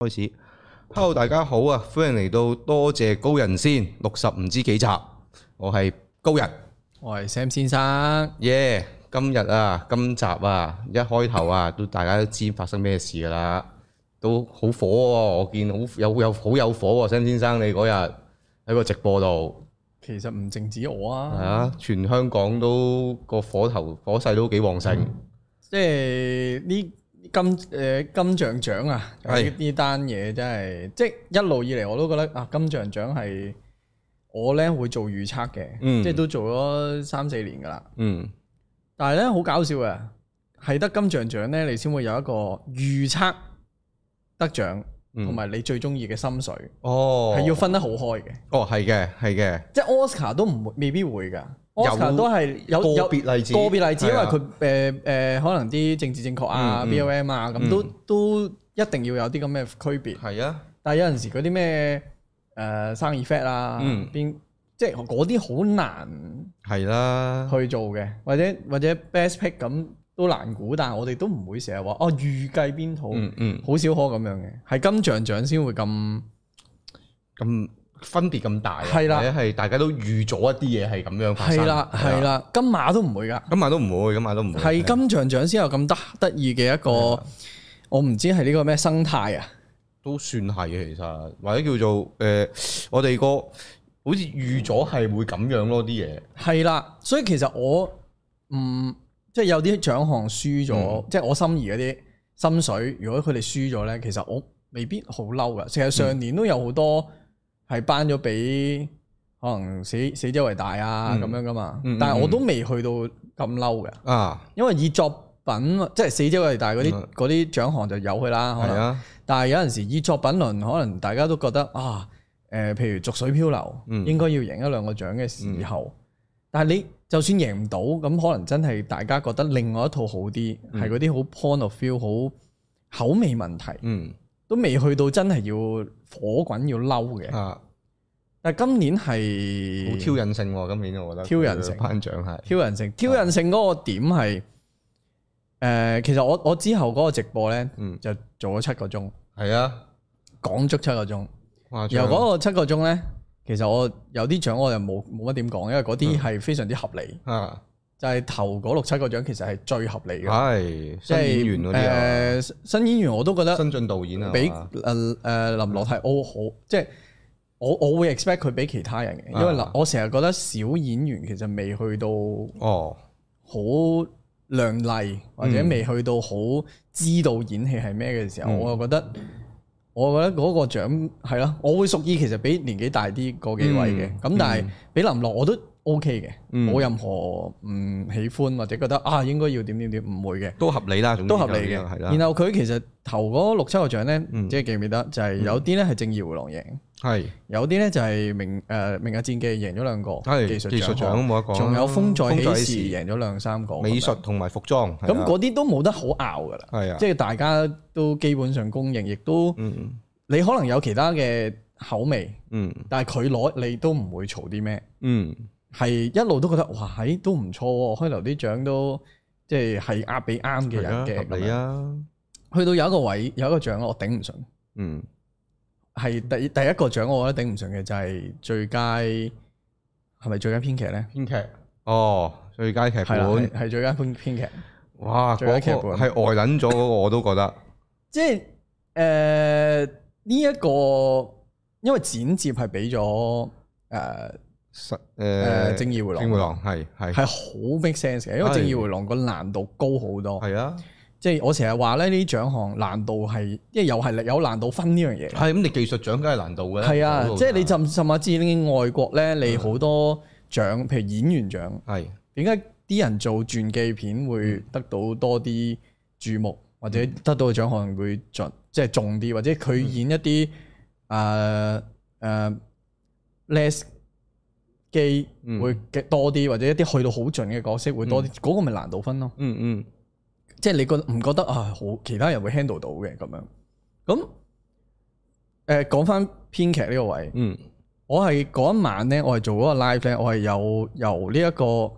開始。Hello，大家好啊，歡迎嚟到多謝高人先六十唔知幾集，我係高人，我係 Sam 先生，耶、今日啊，今集啊，一開頭啊，都大家都知發生咩事噶啦，都好火喎、我見好有有好有火喎、Sam 先生你嗰日喺個直播度，其實唔淨止我係啊，啊，全香港都個火頭火勢都幾旺盛，即係呢金誒、金像獎啊，係呢呢單嘢真係，即係一路以嚟我都覺得啊，金像獎係我咧會做預測嘅，嗯即係都做咗三四年噶啦。嗯，但係咧好搞笑嘅，係得金像獎咧，你先會有一個預測得獎，嗯同埋你最中意嘅心水，哦，係、要分得好開嘅。哦，係嘅，係嘅。即係 Oscar 都唔會未必會㗎，Oscar 都係有個有別例子個別例子，因係為啊佢誒誒可能啲政治正確啊、嗯嗯嗯 BOM 啊咁都都一定要有啲咁嘅區別。係啊，但係有陣時嗰啲咩誒生意 fat 啊嗯，邊即係嗰啲好難係啦，去做嘅，或者或者 best pick 咁都難估，但係我哋都唔會成日話哦預計邊套，嗯嗯，好少可咁樣嘅，係金像獎先會咁。咁分別咁大啊，係啦或者係大家都預咗一啲嘢係咁樣發生，係啦係，啦，金馬都唔會㗎。今晚都唔會，今晚都唔會，係金像獎先有咁得得意嘅一啊個，我唔知係呢個咩生態啊，都算係嘅，其實或者叫做誒、呃我哋個好似預咗係會咁樣咯啲嘢，係啦，所以其實我唔即係有啲獎項輸咗，嗯即係我心儀嗰啲心水，如果佢哋輸咗咧，其實我未必好嬲噶。其實上年都有好多係頒咗俾可能死死者為大啊嗯咁樣噶嘛，嗯嗯但係我都未去到咁嬲嘅，啊，因為以作品即係死者為大嗰啲嗯嗰啲獎項就有佢啦，可係能。啊，但係有陣時以作品論，可能大家都覺得啊，誒、譬如《逐水漂流》嗯應該要贏一兩個獎嘅時候，但係你就算贏唔到，咁可能真係大家覺得另外一套好啲，嗯係嗰啲好 point of view、好口味問題，嗯都未去到真係要火滾要嬲嘅。啊，但係今年係好挑嗯釁性喎、今年我覺得挑釁性佢頒獎係，挑人性，挑人性嗰個點係誒、其實我我之後嗰個直播咧，嗯就做咗七個鐘，係啊，講足七個鐘。誇張由嗰個七個鐘咧，其實我有啲獎我就冇冇乜點講，因為嗰嗯啲係非常之合理，啊，就係頭嗰六七個獎其實係最合理嘅，係即啊新係呃演員嗰啲啊，誒新演員我都覺得新晉導演啊，比係嘛嗯誒誒林羅提奧好，即係我我會 expect 佢比其他人嘅，因為林啊我成日覺得小演員其實未去到哦，好亮麗，或者未去到好知道演戲係咩嘅時候，嗯我就覺得。我覺得嗰個獎係啦，我會屬意其實比年紀大啲嗰幾位嘅，嗯咁、但係比林樂我都 O K 嘅，嗯冇、任何唔喜歡或者覺得啊應該要點點點唔會嘅，都合理啦，總之都合理就嘅。呢樣係啦，然後佢其實頭嗰六七個獎咧，嗯唔知記唔記得就係、有啲咧係正義回廊贏，係有啲咧就係明誒、呃明日戰記贏咗兩個係技術技術獎獎，冇得講，仲有風風再再起起時贏咗兩三個美術同埋服裝，啊咁嗰啲都冇得好拗噶啦，係啊，即係大家都基本上公認，亦都。嗯你可能有其他嘅口味，嗯但係佢攞你都唔會嘈啲咩，嗯係一路都覺得哇，喺都唔錯喎，開頭啲獎都即係係啱俾啱係啊，嘅人嘅合咁理樣。啊，去到有一個位有一個獎我頂唔順，嗯係第第一個獎我覺得頂唔順嘅就係最佳係咪最佳編劇咧？編劇哦，最佳劇係啦，係本，係最佳編編劇，哇，最佳嗰劇個本係外撚咗嗰個我都覺得即係誒呢一個，因為剪接係俾咗誒 實誒誒正義回廊正。回廊係係係好 make sense 嘅，因為《正義回廊》個難度高好多。係啊，即係我成日話咧，呢啲獎項難度係，即係又係有難度分呢樣嘢。係咁你技術獎梗係難度嘅啦，係啊嗰，度即係你甚甚至你外國咧，嗯你好多獎，譬如演員獎，係點解啲人做傳記片會得到多啲注目，或者得到嘅獎項會盡即係重啲，或者佢演一啲誒誒 less 機嗯會嘅多啲，或者一啲去到好盡嘅角色會多啲，嗰、個咪難度分咯。嗯嗯即係你覺唔覺得啊？好，其他人會 handle 到嘅咁樣。咁誒、呃、講翻編劇呢個位，嗯我係嗰一晚咧，我係做嗰個 live 咧，我係有由呢、一個誒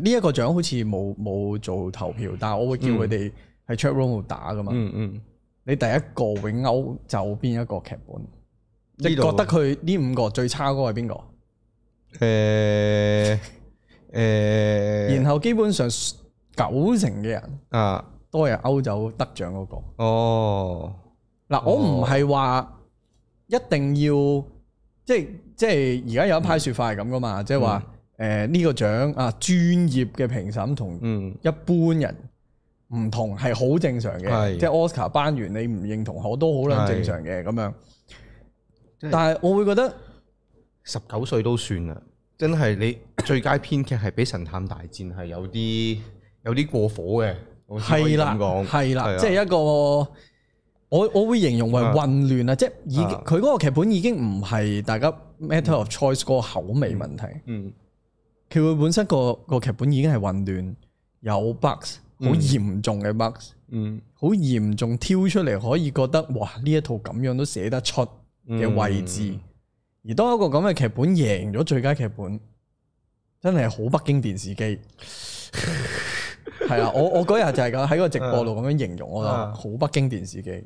呢一個獎好似冇冇做投票，但係我會叫佢哋喺 chat room 度打噶嘛。嗯嗯嗯你第一個永歐就邊一個劇本？呢你度啊覺得佢呢五個最差嗰個係邊個？诶诶然後基本上九成嘅人啊都係歐洲得獎嗰、個。哦嗱，我唔係話一定要，即係即係而家有一嗯派説法係咁噶嘛，即係話誒呢個獎啊專業嘅評審同嗯一般人唔同係好正常嘅，係即係 Oscar 班完你唔認同我都好撚正常嘅咁樣。即係但係我會覺得十九歲都算啦，真係你 最佳編劇係比《神探大戰》係有啲有啲過火嘅，我只可以係啦咁講，係啦啊，即係一個我我會形容為啊混亂啊！即係已經啊佢嗰個劇本已經唔係大家 matter of choice 嗰個口味問題。嗯佢會本身個個劇本已經係混亂，有 bugs，好嗯嚴重嘅 bugs，嗯好嚴重挑出嚟可以覺得哇呢一套咁樣都寫得出嗯嘅位置，嗯而當一個咁嘅劇本贏咗最佳劇本，真係好北京電視 機。係啊，我我嗰日就係咁喺個直播度咁樣形容，我就啊好北京電視機，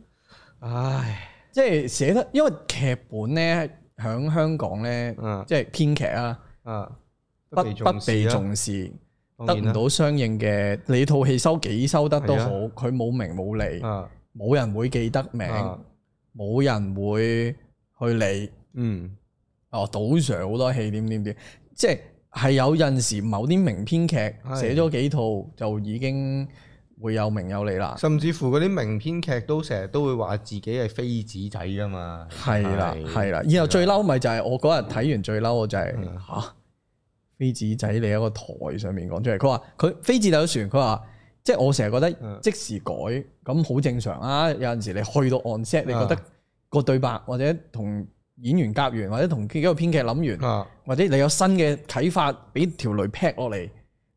唉即係寫得，因為劇本咧喺香港咧，啊即係編劇啊，啊不不被重視。得唔到相應嘅，你套戲收幾收得都好，佢冇名冇利，啊冇人會記得名，啊冇人會去理。嗯哦，賭 Sir 好多戲點點點，即係係有陣時某啲名編劇係寫咗幾套就已經會有名有利啦。甚至乎嗰啲名編劇都成日都會話自己係飛子仔噶嘛，係啦，係啦。然後最嬲咪就係我嗰日睇完最嬲，我就係嚇飛子仔你喺個台上面講出嚟，佢話佢飛子仔都算，佢話即係我成日覺得嗯即時改咁好正常啊。有陣時你去到 on set，你覺得嗯個對白或者同演員夾完，或者同幾個編劇諗完，啊或者你有新嘅啟發，俾條雷劈落嚟，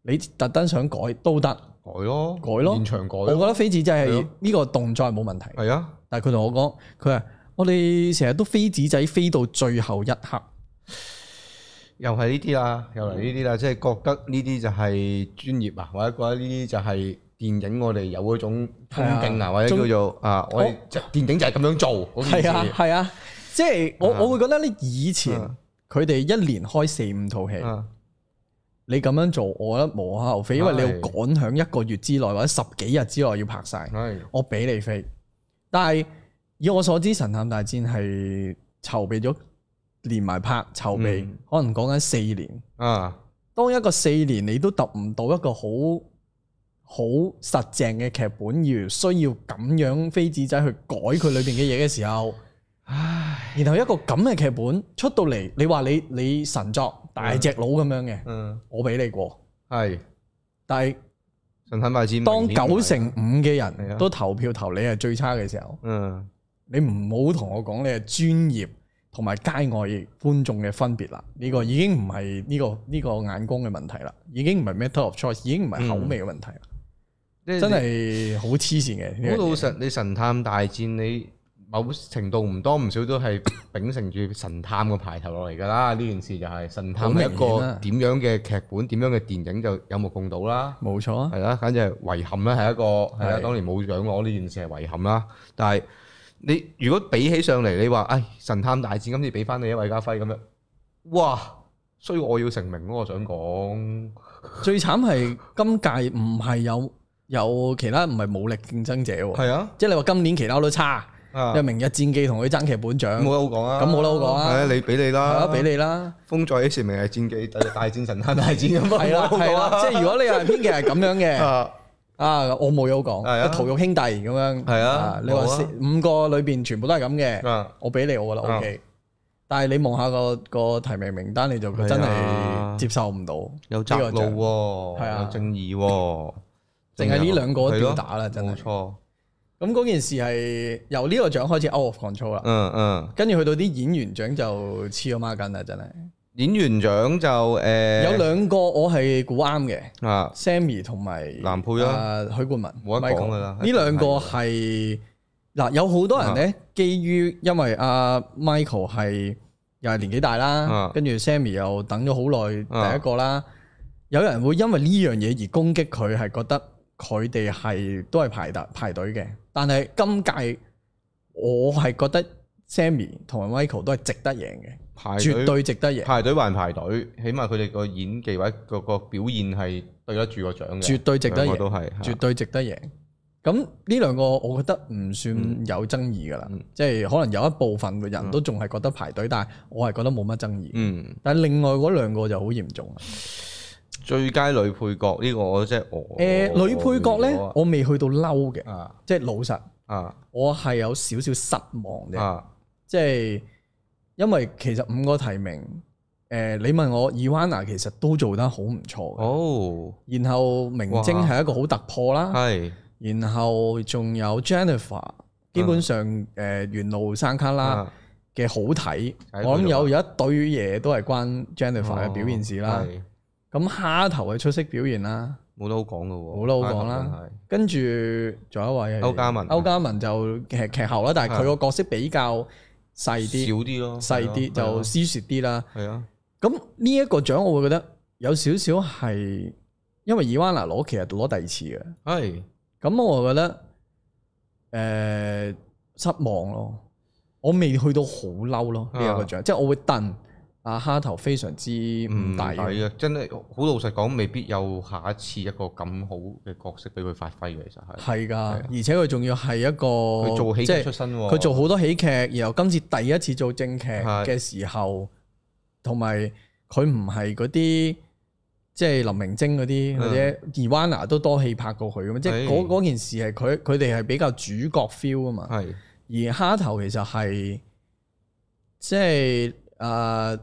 你特登想改都得。改咯改咯現場改我覺咯，得飛子仔係係咯呢個動作係冇問題。係啊但係佢同我講，佢話我哋成日都飛紙仔飛到最後一刻，又係呢啲啦，又嚟呢啲嗯啦，即係覺得呢啲就係專業啊，或者覺得呢啲就係電影我哋有嗰種衝勁係啊啊，或者叫做啊，我哋就電影就係咁樣做嗰件係啊事係啊，即係我啊我會覺得咧，以前啊佢哋一年開四五套戲，啊，你咁樣做，我覺得無可厚非，因為你要係趕響一個月之內或者十幾日之內要拍晒，係我俾你飛。但係以我所知，《神探大戰》係籌備咗連埋拍籌備，嗯可能講緊四年。啊當一個四年你都揼唔到一個好好實正嘅劇本，而需要咁樣飛紙仔去改佢裏邊嘅嘢嘅時候，唉然後一個咁嘅劇本出到嚟，你話你你神作大隻佬咁樣嘅，嗯我俾你過。係但係神探大戰當明年九成五嘅係人啊都投票投你係最差嘅時候，嗯你唔好同我講你係專業同埋街外觀眾嘅分別啦。呢、個已經唔係呢個呢、個眼光嘅問題啦，已經唔係 matter of choice，已經唔係口嗯味嘅問題啦。即係真係好黐線嘅呢樣好老嘢。實，你神探大戰你某程度唔多唔少都係秉承住神探嘅牌頭落嚟㗎啦。呢件事就係神探係一好明顯啦個點樣嘅劇本、點樣嘅電影就有目共睹啦。冇錯啊，係啦，簡直係遺憾啦，係一個係啦係。當年冇獎攞呢件事係遺憾啦。但係你如果比起上嚟，你話唉神探大戰今次俾翻你啊，韋家輝咁樣，哇！所以我要成名咯，我想講最慘係今屆唔係有有其他唔係武力競爭者喎，係啊，即係你話今年其他都差，啊因為明日戰記同佢爭劇本冇獎，係得好講啊，咁冇得好講啊係你俾你啦，啊俾你啦，風在起時明日戰記大大戰神探大戰咁係啦係啦，即係如果你係編劇係咁樣 嘅啊啊，我冇嘢好係講，啊陶玉兄弟咁樣，係啊你話冇啊四五個裏邊全部都係咁嘅，啊我俾你我覺得啊 OK，但係你望下個個提名名單，你就真係啊係接受唔到，有窄呢個路獎喎，係啊有正義喎，啊淨係呢兩個係咯吊打啦，真係冇。錯，咁嗰件事係由呢個獎開始 out of control 啦，嗯嗯，跟住去到啲演員獎就黐咗孖筋啦，真係。演員獎就誒呃有兩個我係估啱嘅啊，Sammy 同埋藍佩啦啊許冠文，冇得講㗎 Michael 啦呢兩個係嗱，有好多人咧，啊基於因為阿 Michael 係又係年紀大啦啊，跟住 Sammy 又等咗好耐啊第一個啦，有人會因為呢樣嘢而攻擊佢，係覺得佢哋係都係排隊排隊嘅，但係今屆我係覺得 Sammy 同埋 Michael 都係值得贏嘅，排隊絕對值得贏，排隊還排隊，起碼佢哋個演技或者個個表現係對得住個獎嘅，絕對值得兩個贏。都係啊絕對值得贏。咁呢兩個我覺得唔算嗯有爭議㗎啦，即係可能有一部分嘅人都仲係覺得排隊，但係我係覺得冇乜爭議。嗯但係另外嗰兩個就好嚴重啦。啊最佳女配角呢個我即係我誒、女配角呢，我未去到嬲嘅，啊即係老實，啊我係有少少失望嘅，啊即係因為其實五個提名，誒、你問我 Ivana 其實都做得好唔錯嘅，哦然後明晶哇係一個好突破啦。係然後仲有 Jennifer，基本上誒、呃沿路山卡拉啊嘅好睇，睇佢我諗有做有一堆嘢都係關 Jennifer 嘅表現事啦哦。係咁、蝦頭嘅出色表現啦，冇得好講嘅喎，啊冇得好講啦跟住仲有一位係歐嘉文啊歐嘉文就劇劇後啦，但係佢個角色比較細真係啲，少啲咯，細啲就係私説啲啦。啊係啊，咁呢一個獎我會覺得有少少係因為 Ivana 攞其實攞第二次嘅。係咁我覺得誒、呃失望咯，我未去到好嬲咯呢啊一個獎，即係我會戥阿蝦頭非常之唔唔抵抵啊嘅，嘅，真係好老實講，未必有下一次一個咁好嘅角色俾佢發揮嘅，其實係啊係㗎，而且佢仲要係一個佢做喜即劇係出身喎，佢做好多喜劇，然後今次第一次做正劇係嘅時候，同埋佢唔係嗰啲即係林明晶嗰啲，嗯哎或者 Ivana 都多戲拍過佢咁，即係嗰係嗰件事係佢佢哋係比較主角 feel 啊嘛。係而蝦頭其實係即係誒、呃、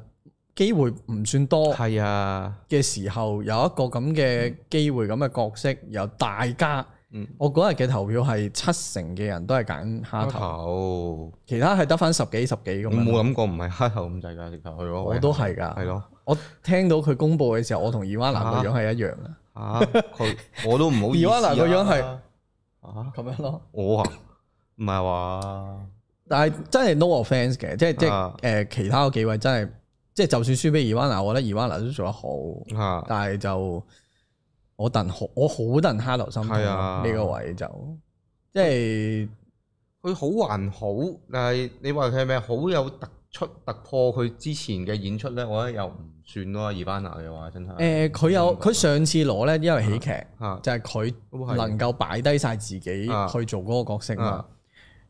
機會唔算多係啊。嘅時候，有一個咁嘅機會咁嘅角色，由大家，嗯我嗰日嘅投票係七成嘅人都係揀蝦頭，啊頭，其他係得翻十幾十幾咁我樣。冇諗過唔係蝦頭咁滯㗎，直頭去嗰我都係㗎係咯我聽到佢公佈嘅時候，我同 Ivana 個樣係一樣啊嘅，嚇啊佢，我都唔好意思啊。 Ivana 個樣係啊，咁、樣咯。我啊，唔係話但係真係 no offence 嘅，即係即係啊誒其他嗰幾位真係，即係就算輸俾 Ivana，我覺得 Ivana 都做得好。嚇但係就我戥好，我好戥哈流心痛係啊呢個位就即係佢好還好，但係你話佢係咪好有突出突破佢之前嘅演出咧？我覺得又唔算咯，伊班娜嘅話真係啊誒，佢有佢上次攞咧，因為喜劇嚇就係佢啊都係能夠擺低晒自己去啊做嗰個角色嘛啊。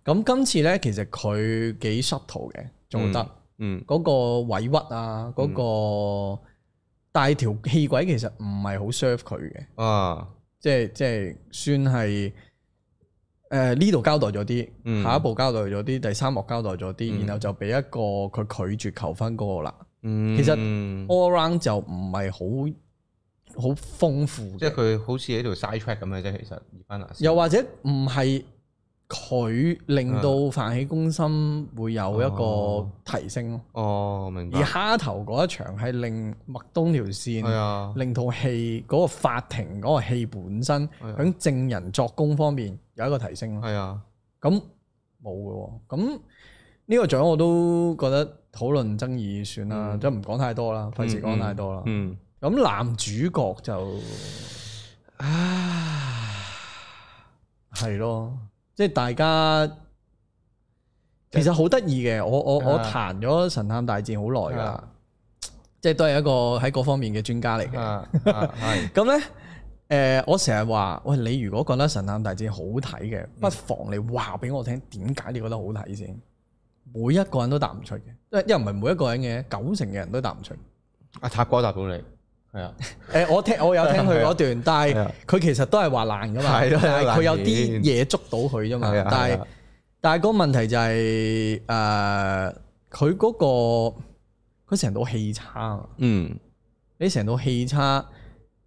咁今次咧，其實佢幾 subtle 嘅做得嗯嗰個委屈啊，嗰個但係條氣軌其實唔係好 serve 佢嘅，啊即係即係算係誒呢度交代咗啲。嗯下一步交代咗啲，第三幕交代咗啲，嗯然後就俾一個佢拒絕求婚嗰個啦。嗯其實 All round 就唔係好好豐富即係嘅，佢好似喺度 side track 咁嘅啫，其實伊班娜又或者唔係佢令到泛起攻心會有一個啊哦提升咯。哦明白而蝦頭嗰一場係令麥東條線係。啊令套戲嗰個法庭嗰個戲本身係啊喺證人作供方面有一個提升咯。係啊咁冇嘅喎，咁呢個獎我都覺得討論爭議算啦，嗯即係唔講太多啦，費事講太多啦。嗯。嗯咁男主角就嗯係咯，即係大家其實好得意嘅。我我我啊彈咗《神探大戰》好耐㗎啦啊，即係都係一個喺嗰方面嘅專家嚟嘅。啊啊係咁咧，誒、我成日話，喂，你如果覺得《神探大戰》好睇嘅，嗯不妨你話俾我聽，點解你覺得好睇先？每一個人都答唔出嘅，因為因為唔係每一個人嘅，九成嘅人都答唔出。誒、呃阿啊塔哥答到你，係啊，我聽我有聽佢嗰段，但係係啊佢其實都係話爛噶嘛，係都係但係佢爛有啲片嘢捉到佢啫嘛係啊，但係係啊但係個問題就係、誒，佢、嗰、個佢成套戲差啊。嗯你成套戲差，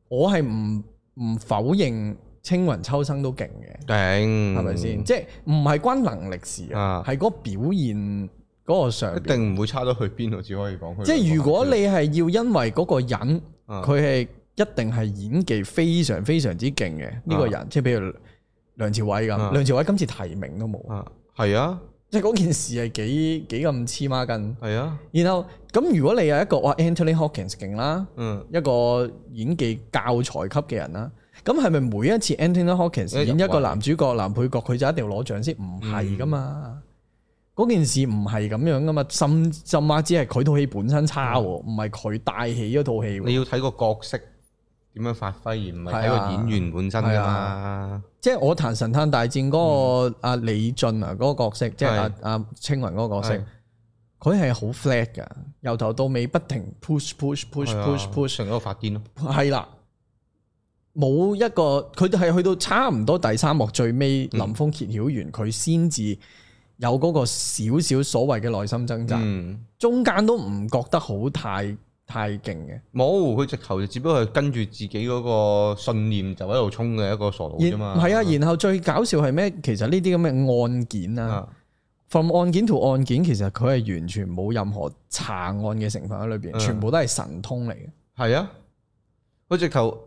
我係唔唔否認青雲秋生都勁嘅，頂係咪先？？即係唔係關能力事啊嗯啊，係嗰個表現嗰個上一邊。定唔會差到去邊度，只可以講佢。即係如果你係要因為嗰個人，啊佢係一定係演技非常非常之勁嘅呢個人，即係譬如梁朝偉咁，啊梁朝偉今次提名都冇，啊，係啊，即係嗰件事係幾幾咁黐孖筋。係啊，然後咁，如果你有一個哇 Anthony Hopkins 勁啦。嗯，一個演技教材級嘅人啦。咁係咪每一次 Anthony Hopkins 一入嗯演一個男主角、男配角，佢就一定要攞獎先？唔係噶嘛。嗰件事唔係咁樣噶嘛，甚甚或只係佢套戲本身差喎，唔係佢帶起嗰套戲喎。嗯你要睇個角色點樣發揮，而唔係睇個演員本身啊係噶啊嘛。即係我彈《神探大戰》嗰嗯個阿李俊啊，嗰個角色，即係阿阿青雲嗰個角色係，啊佢係好 flat 㗎，由頭到尾不停 push push push 係啊 push push，成咗個發癲咯。係啦，冇一個佢係去到差唔多第三幕最尾，嗯林峰揭曉完佢先至有嗰個少少所謂嘅內心掙扎，嗯，中間都唔覺得好太太勁嘅。冇，佢直頭就只不過係跟住自己嗰個信念就喺度衝嘅一個傻佬啫嘛。然係啊，然後最搞笑係咩？其實呢啲咁嘅案件啊。啊， from 案件 to 案件，其實佢係完全冇任何查案嘅成分喺裏邊，嗯全部都係神通嚟嘅。係啊，佢直頭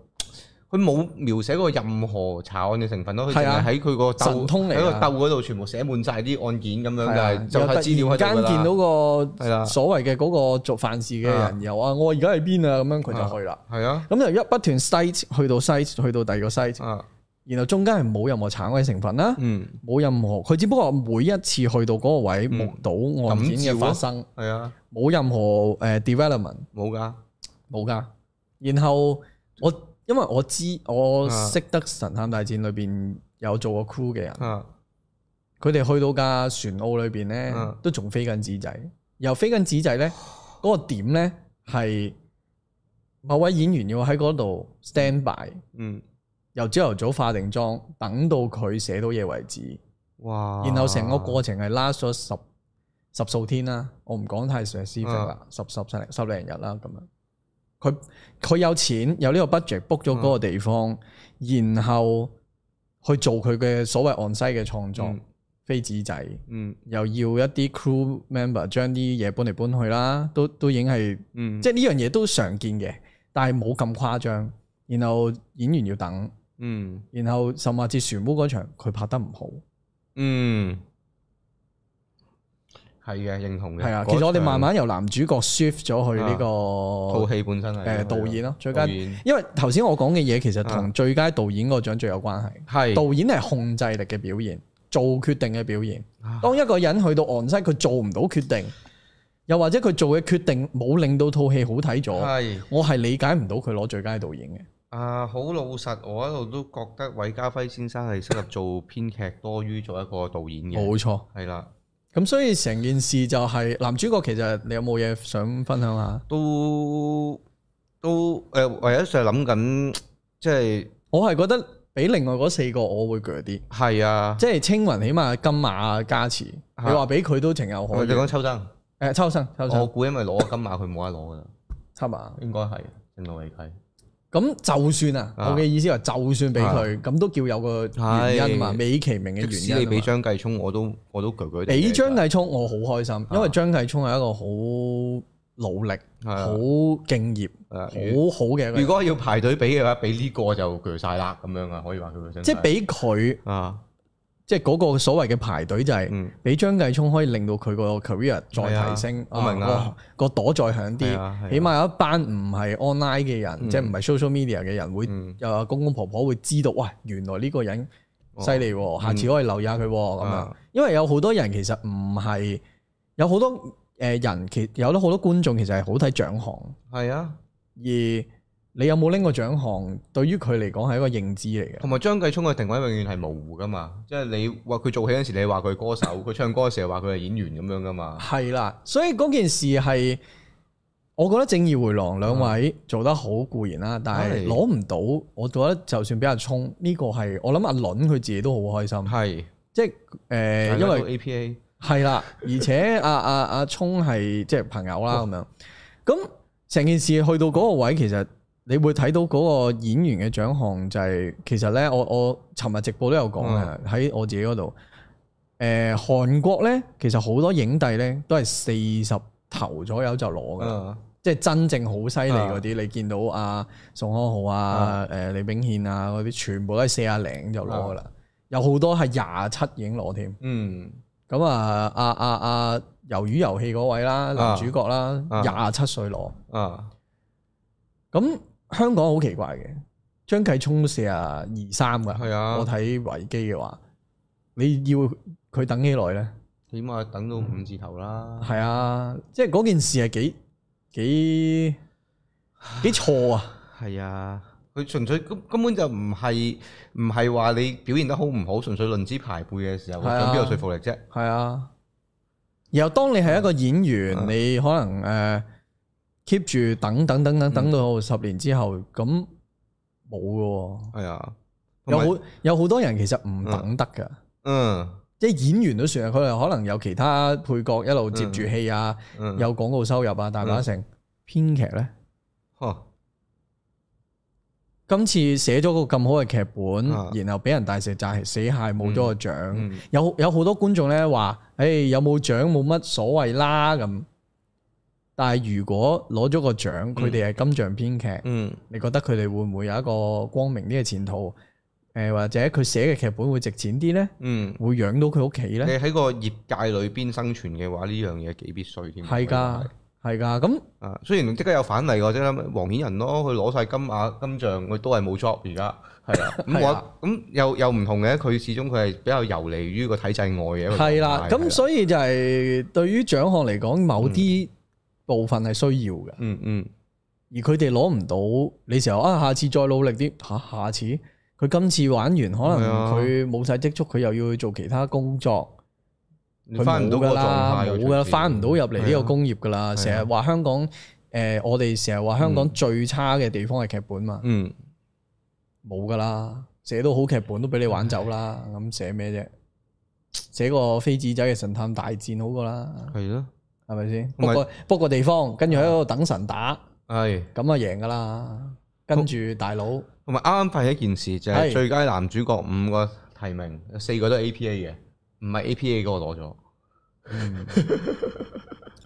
佢冇描寫過任何查案嘅成分咯，佢係淨啊係喺佢個神鬥通嚟㗎喺個鬥嗰度全部寫滿晒啲案件咁樣係啊嘅，就係資料又喺突然度㗎間見啦。到係啊個 啦所謂嘅嗰個做犯事嘅人，又啊，我而家喺邊啊，咁樣佢就去啦。係啊，咁就一不斷 site 去到 site 去到第二個 site，啊，然後中間係冇任何查案嘅成分啦，嗯，冇任何佢只不過每一次去到嗰個位嗯目睹案件嘅發生，係啊，冇任何誒 development。冇㗎，冇噶。然後我因為我知我啊識得《神探大戰》裏邊有做過 crew 嘅人，啊，佢哋去到架船澳裏邊咧啊，都仲飛緊紙仔。然後飛緊紙仔咧，嗰、個點咧係某位演員要喺嗰度 stand by，嗯，由朝頭早化定妝，等到佢寫到嘢為止。哇！然後成個過程係 last 咗十十數天啦，我唔講太 specific 啦，十十十零十零日啦咁樣。佢佢有錢有呢個 budget book 咗嗰個地方，然後去做佢嘅所謂 on 西嘅創作嗯，飛紙仔，嗯又要一啲 crew member 將啲嘢搬嚟搬去啦，都都已經係嗯，即係呢樣嘢都常見嘅，但係冇咁誇張。然後演員要等，嗯然後甚至船屋嗰場佢拍得唔好。嗯，係嘅，認同嘅。係啊，嗯嗰其實我哋場啊慢慢由男主角 shift 咗去呢套個戲本身係啊誒導演咯，最最佳佳，因為頭先我講嘅嘢其啊實同最佳導演個獎最有關係。係導演係控制力嘅表現，做決定嘅表現。啊當一個人去到 on 佢做唔到決定，又或者佢做嘅決定冇令到套戲好睇咗，係我係理解唔到佢攞最佳導演嘅。啊，好老實，我一路都覺得韋家輝先生係適合做編劇多於做一個導演嘅，冇錯，係啦，咁所以成件事就係、男主角其實你有冇嘢想分享下？都都誒，唯一就係諗緊，即係我係覺得比另外嗰四個我會鋸啲。係啊，即係青雲起碼金馬加持，你啊話俾佢都情有可我哋原。講秋生，誒，秋生，秋我生，估因為攞金馬佢冇得攞噶啦，係嘛？應該係正路嚟計。咁就算啊，我啊嘅意思話，就算俾佢，咁都叫有個原因嘛，係美其名即嘅使你原因俾啊嘛。張繼聰，我都我都鋸鋸地嘅。啊俾張繼係啊聰，我好開心，因為張繼聰係一個好努力、啊好敬業、係啊好好嘅一個如人。果要排隊俾嘅話，俾呢個就鋸晒啦，咁樣啊，可以話佢嘅真係。即係俾佢，啊，即係嗰個所謂嘅排隊就係嗯，俾張繼聰可以令到佢個 career 再提係升，啊我明啊哇個朵再響係啲。啊，係啊起碼有一班唔係 online 嘅人，即係唔係 social media 嘅人，會嗯又話啊公公婆婆會知道，哇！原來呢個人犀利喎，下次可以留意下佢喎咁樣啊。因為有好多人其實唔係有好多誒人，其有得好多觀眾其實係好睇獎項，係啊，而你有冇拎過獎項，對於佢嚟講係一個認知嚟嘅。同埋張繼聰嘅定位永遠係模糊噶嘛，即係你話佢做戲嗰陣時，你話佢係歌手；佢唱歌嘅時候話佢係演員咁樣噶嘛。係啦，所以嗰件事係，我覺得正義回廊兩位做得好固然啦，但啊係係攞唔到，我覺得就算俾阿聰呢個係，我諗阿倫佢自己都好開心，係，即係誒、呃因為 A P A 係啦，而且阿阿阿聰係即係朋友啦咁樣，咁成件事去到嗰個位，其實你會睇到嗰個演員嘅獎項就係、其實咧，我我尋日直播都有講嘅，喺、我自己嗰度，誒、韓國咧其實好多影帝咧都係四十頭左右就攞嘅，啊，即係真正好犀利嗰啲，你見到啊宋康昊啊、誒、李炳憲啊嗰啲，全部都係四啊零就攞噶啦，有好多係廿七已經攞添。嗯，咁啊，阿阿阿魷魚遊戲嗰位啦，男主角啦，啊廿七歲攞。啊，咁香港好奇怪嘅，張繼聰四啊二三噶，係啊我睇維基嘅話，你要佢等幾耐咧？起碼等到五字頭啦。係啊，即係嗰件事係幾幾幾錯啊！係啊，佢純粹根根本就唔係唔係話你表現得好唔好，純粹論資排輩嘅時候，係啊咁邊有說服力啫？係啊，然後當你係一個演啊員，你可能诶 keep 住等等等等等嗯到十年之後，咁冇嘅喎。係啊，有同埋好有好多人其實唔等得㗎。嗯即係演員都算啊，佢哋可能有其他配角一路接住戲啊，嗯有廣告收入啊，大把成編劇咧，呵今次寫咗個咁好嘅劇本，啊然後俾人大石砸死蟹冇咗個獎，嗯有有好多觀眾咧話：，誒、有冇獎冇乜所謂啦咁。但係如果攞咗個獎，佢哋係金像編劇，嗯你覺得佢哋會唔會有一個光明啲嘅前途？誒、或者佢寫嘅劇本會值錢啲呢？嗯，會養到佢屋企呢你？喺個業界裏邊生存嘅話，呢樣嘢幾必須添。係㗎，係㗎。咁啊，雖然即刻有反例㗎，即係黃顯仁咯，佢攞晒金馬金像，佢都係冇 job 而家，係啊，咁係啊我咁又又唔同嘅，佢始終佢係比較游離於個體制外嘅一個狀態。啊係啦，咁以所以就係對於獎項嚟講，某啲部分係需要嘅，嗯嗯而佢哋攞唔到，你時候啊，下次再努力啲嚇、下次佢今次玩完，可係啊能佢冇晒積蓄，佢又要去做其他工作，你佢翻唔到冇嗰個噶狀啦，態，冇噶啦，翻唔到入嚟呢個工業噶啦，嗯啊成日話香港誒、呃我哋成日話香港最差嘅地方係劇本嘛，嗯，冇噶啦，寫到好劇本都俾你玩走啦，咁寫咩啫？寫個飛紙仔嘅神探大戰好過啦。係咯，係咪先？同埋 book 個 book 個地方，跟住喺度等神打，係。咁啊贏噶啦！跟住大佬同埋啱啱發現一件事就係係最佳男主角五個提名，有四個都係 APA 嘅，唔係 APA 嗰個攞咗，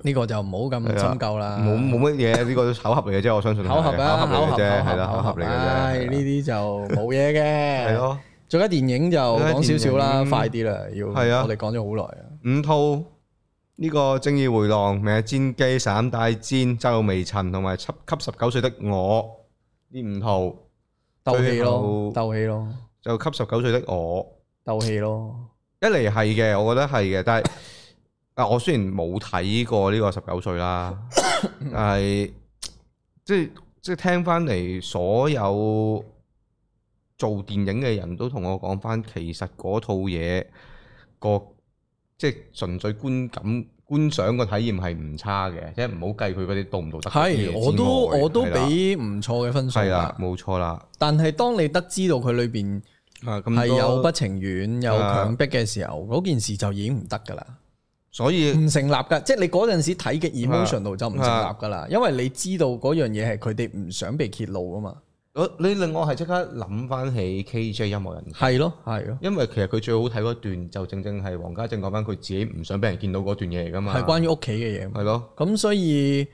呢個就唔好咁深究啦，冇啊冇乜嘢，呢個都巧合嚟嘅啫，我相信係啊巧合巧啊，合嚟嘅啫，係啦，巧巧合合嚟嘅唉呢啫，啲就冇嘢係嘅。咯，最佳電影就講少少啦，最佳電影嗯快啲啦，要係啊我哋講咗好耐啊。五套呢個《正義回廊》、《明日戰機》、《散大戰》、《窄路微塵》同埋《給給十九歲的我》呢五套，鬥氣咯，最鬥氣咯，就《給十九歲的我》。鬥氣咯，一嚟係嘅，我覺得係嘅，但係啊，我雖然冇睇過呢個十九歲 啦，但係即係即係聽翻嚟，所有做電影嘅人都同我講翻，其實嗰套嘢個即係純粹觀感觀賞個體驗係唔差嘅，即係唔好計佢嗰啲道唔道德嗰啲嘢之係外。我都我都係啦俾啊唔錯嘅分數係啦㗎，。冇錯啦。但係當你得知到佢裏邊啊，咁係多有不情願、有啊強迫嘅時候，嗰件事就已經唔得㗎啦。所以唔成立噶，即係你嗰陣時睇嘅啊 emotion 度就唔成立噶啦，因為你知道嗰樣嘢係佢哋唔想被揭露啊嘛。我你令我係即刻諗翻起 KJ 音樂人係咯，係咯，因為其實佢最好睇嗰段就正正係黃家正講翻佢自己唔想俾人見到嗰段嘢嚟噶嘛，係關於屋企嘅嘢嘛。係咯，咁所以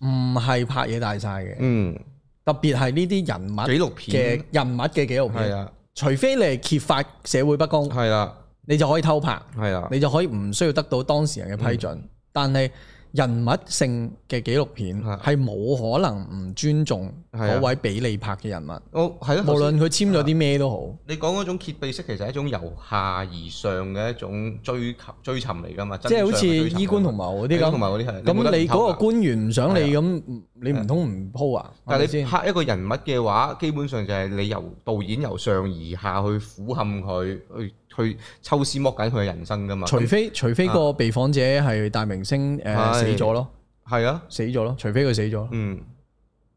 唔係拍嘢大晒嘅，嗯，特別係呢啲人物紀錄嘅片人物嘅紀錄係片，啊，除非你係揭發社會不公，係啦，你就可以偷拍，係啦，你就可以唔需要得到當事人嘅批嗯准。但係人物性嘅紀錄片係係冇可能唔尊重啊係啊嗰位俾你拍嘅人物。我哦係咯，無無論論佢簽咗啲咩都好，你講嗰種揭秘式其實係一種由下而上嘅一種追求追尋嚟噶嘛，即係好真似相嘅追尋嚟㗎嘛醫官同謀嗰啲啊同咁。埋嗰啲係冇咁得啊你嗰個偷㗎官員唔想你咁，你唔通唔鋪啊？啊但係咪係你先拍一個人物嘅話，基本上就係你由導演由上而下去俯瞰佢，去去抽絲剝繭佢嘅人生噶嘛，除非除非個被訪者係大明星誒啊係死咗咯，係啊，死咗咯，除非佢死咗，嗯。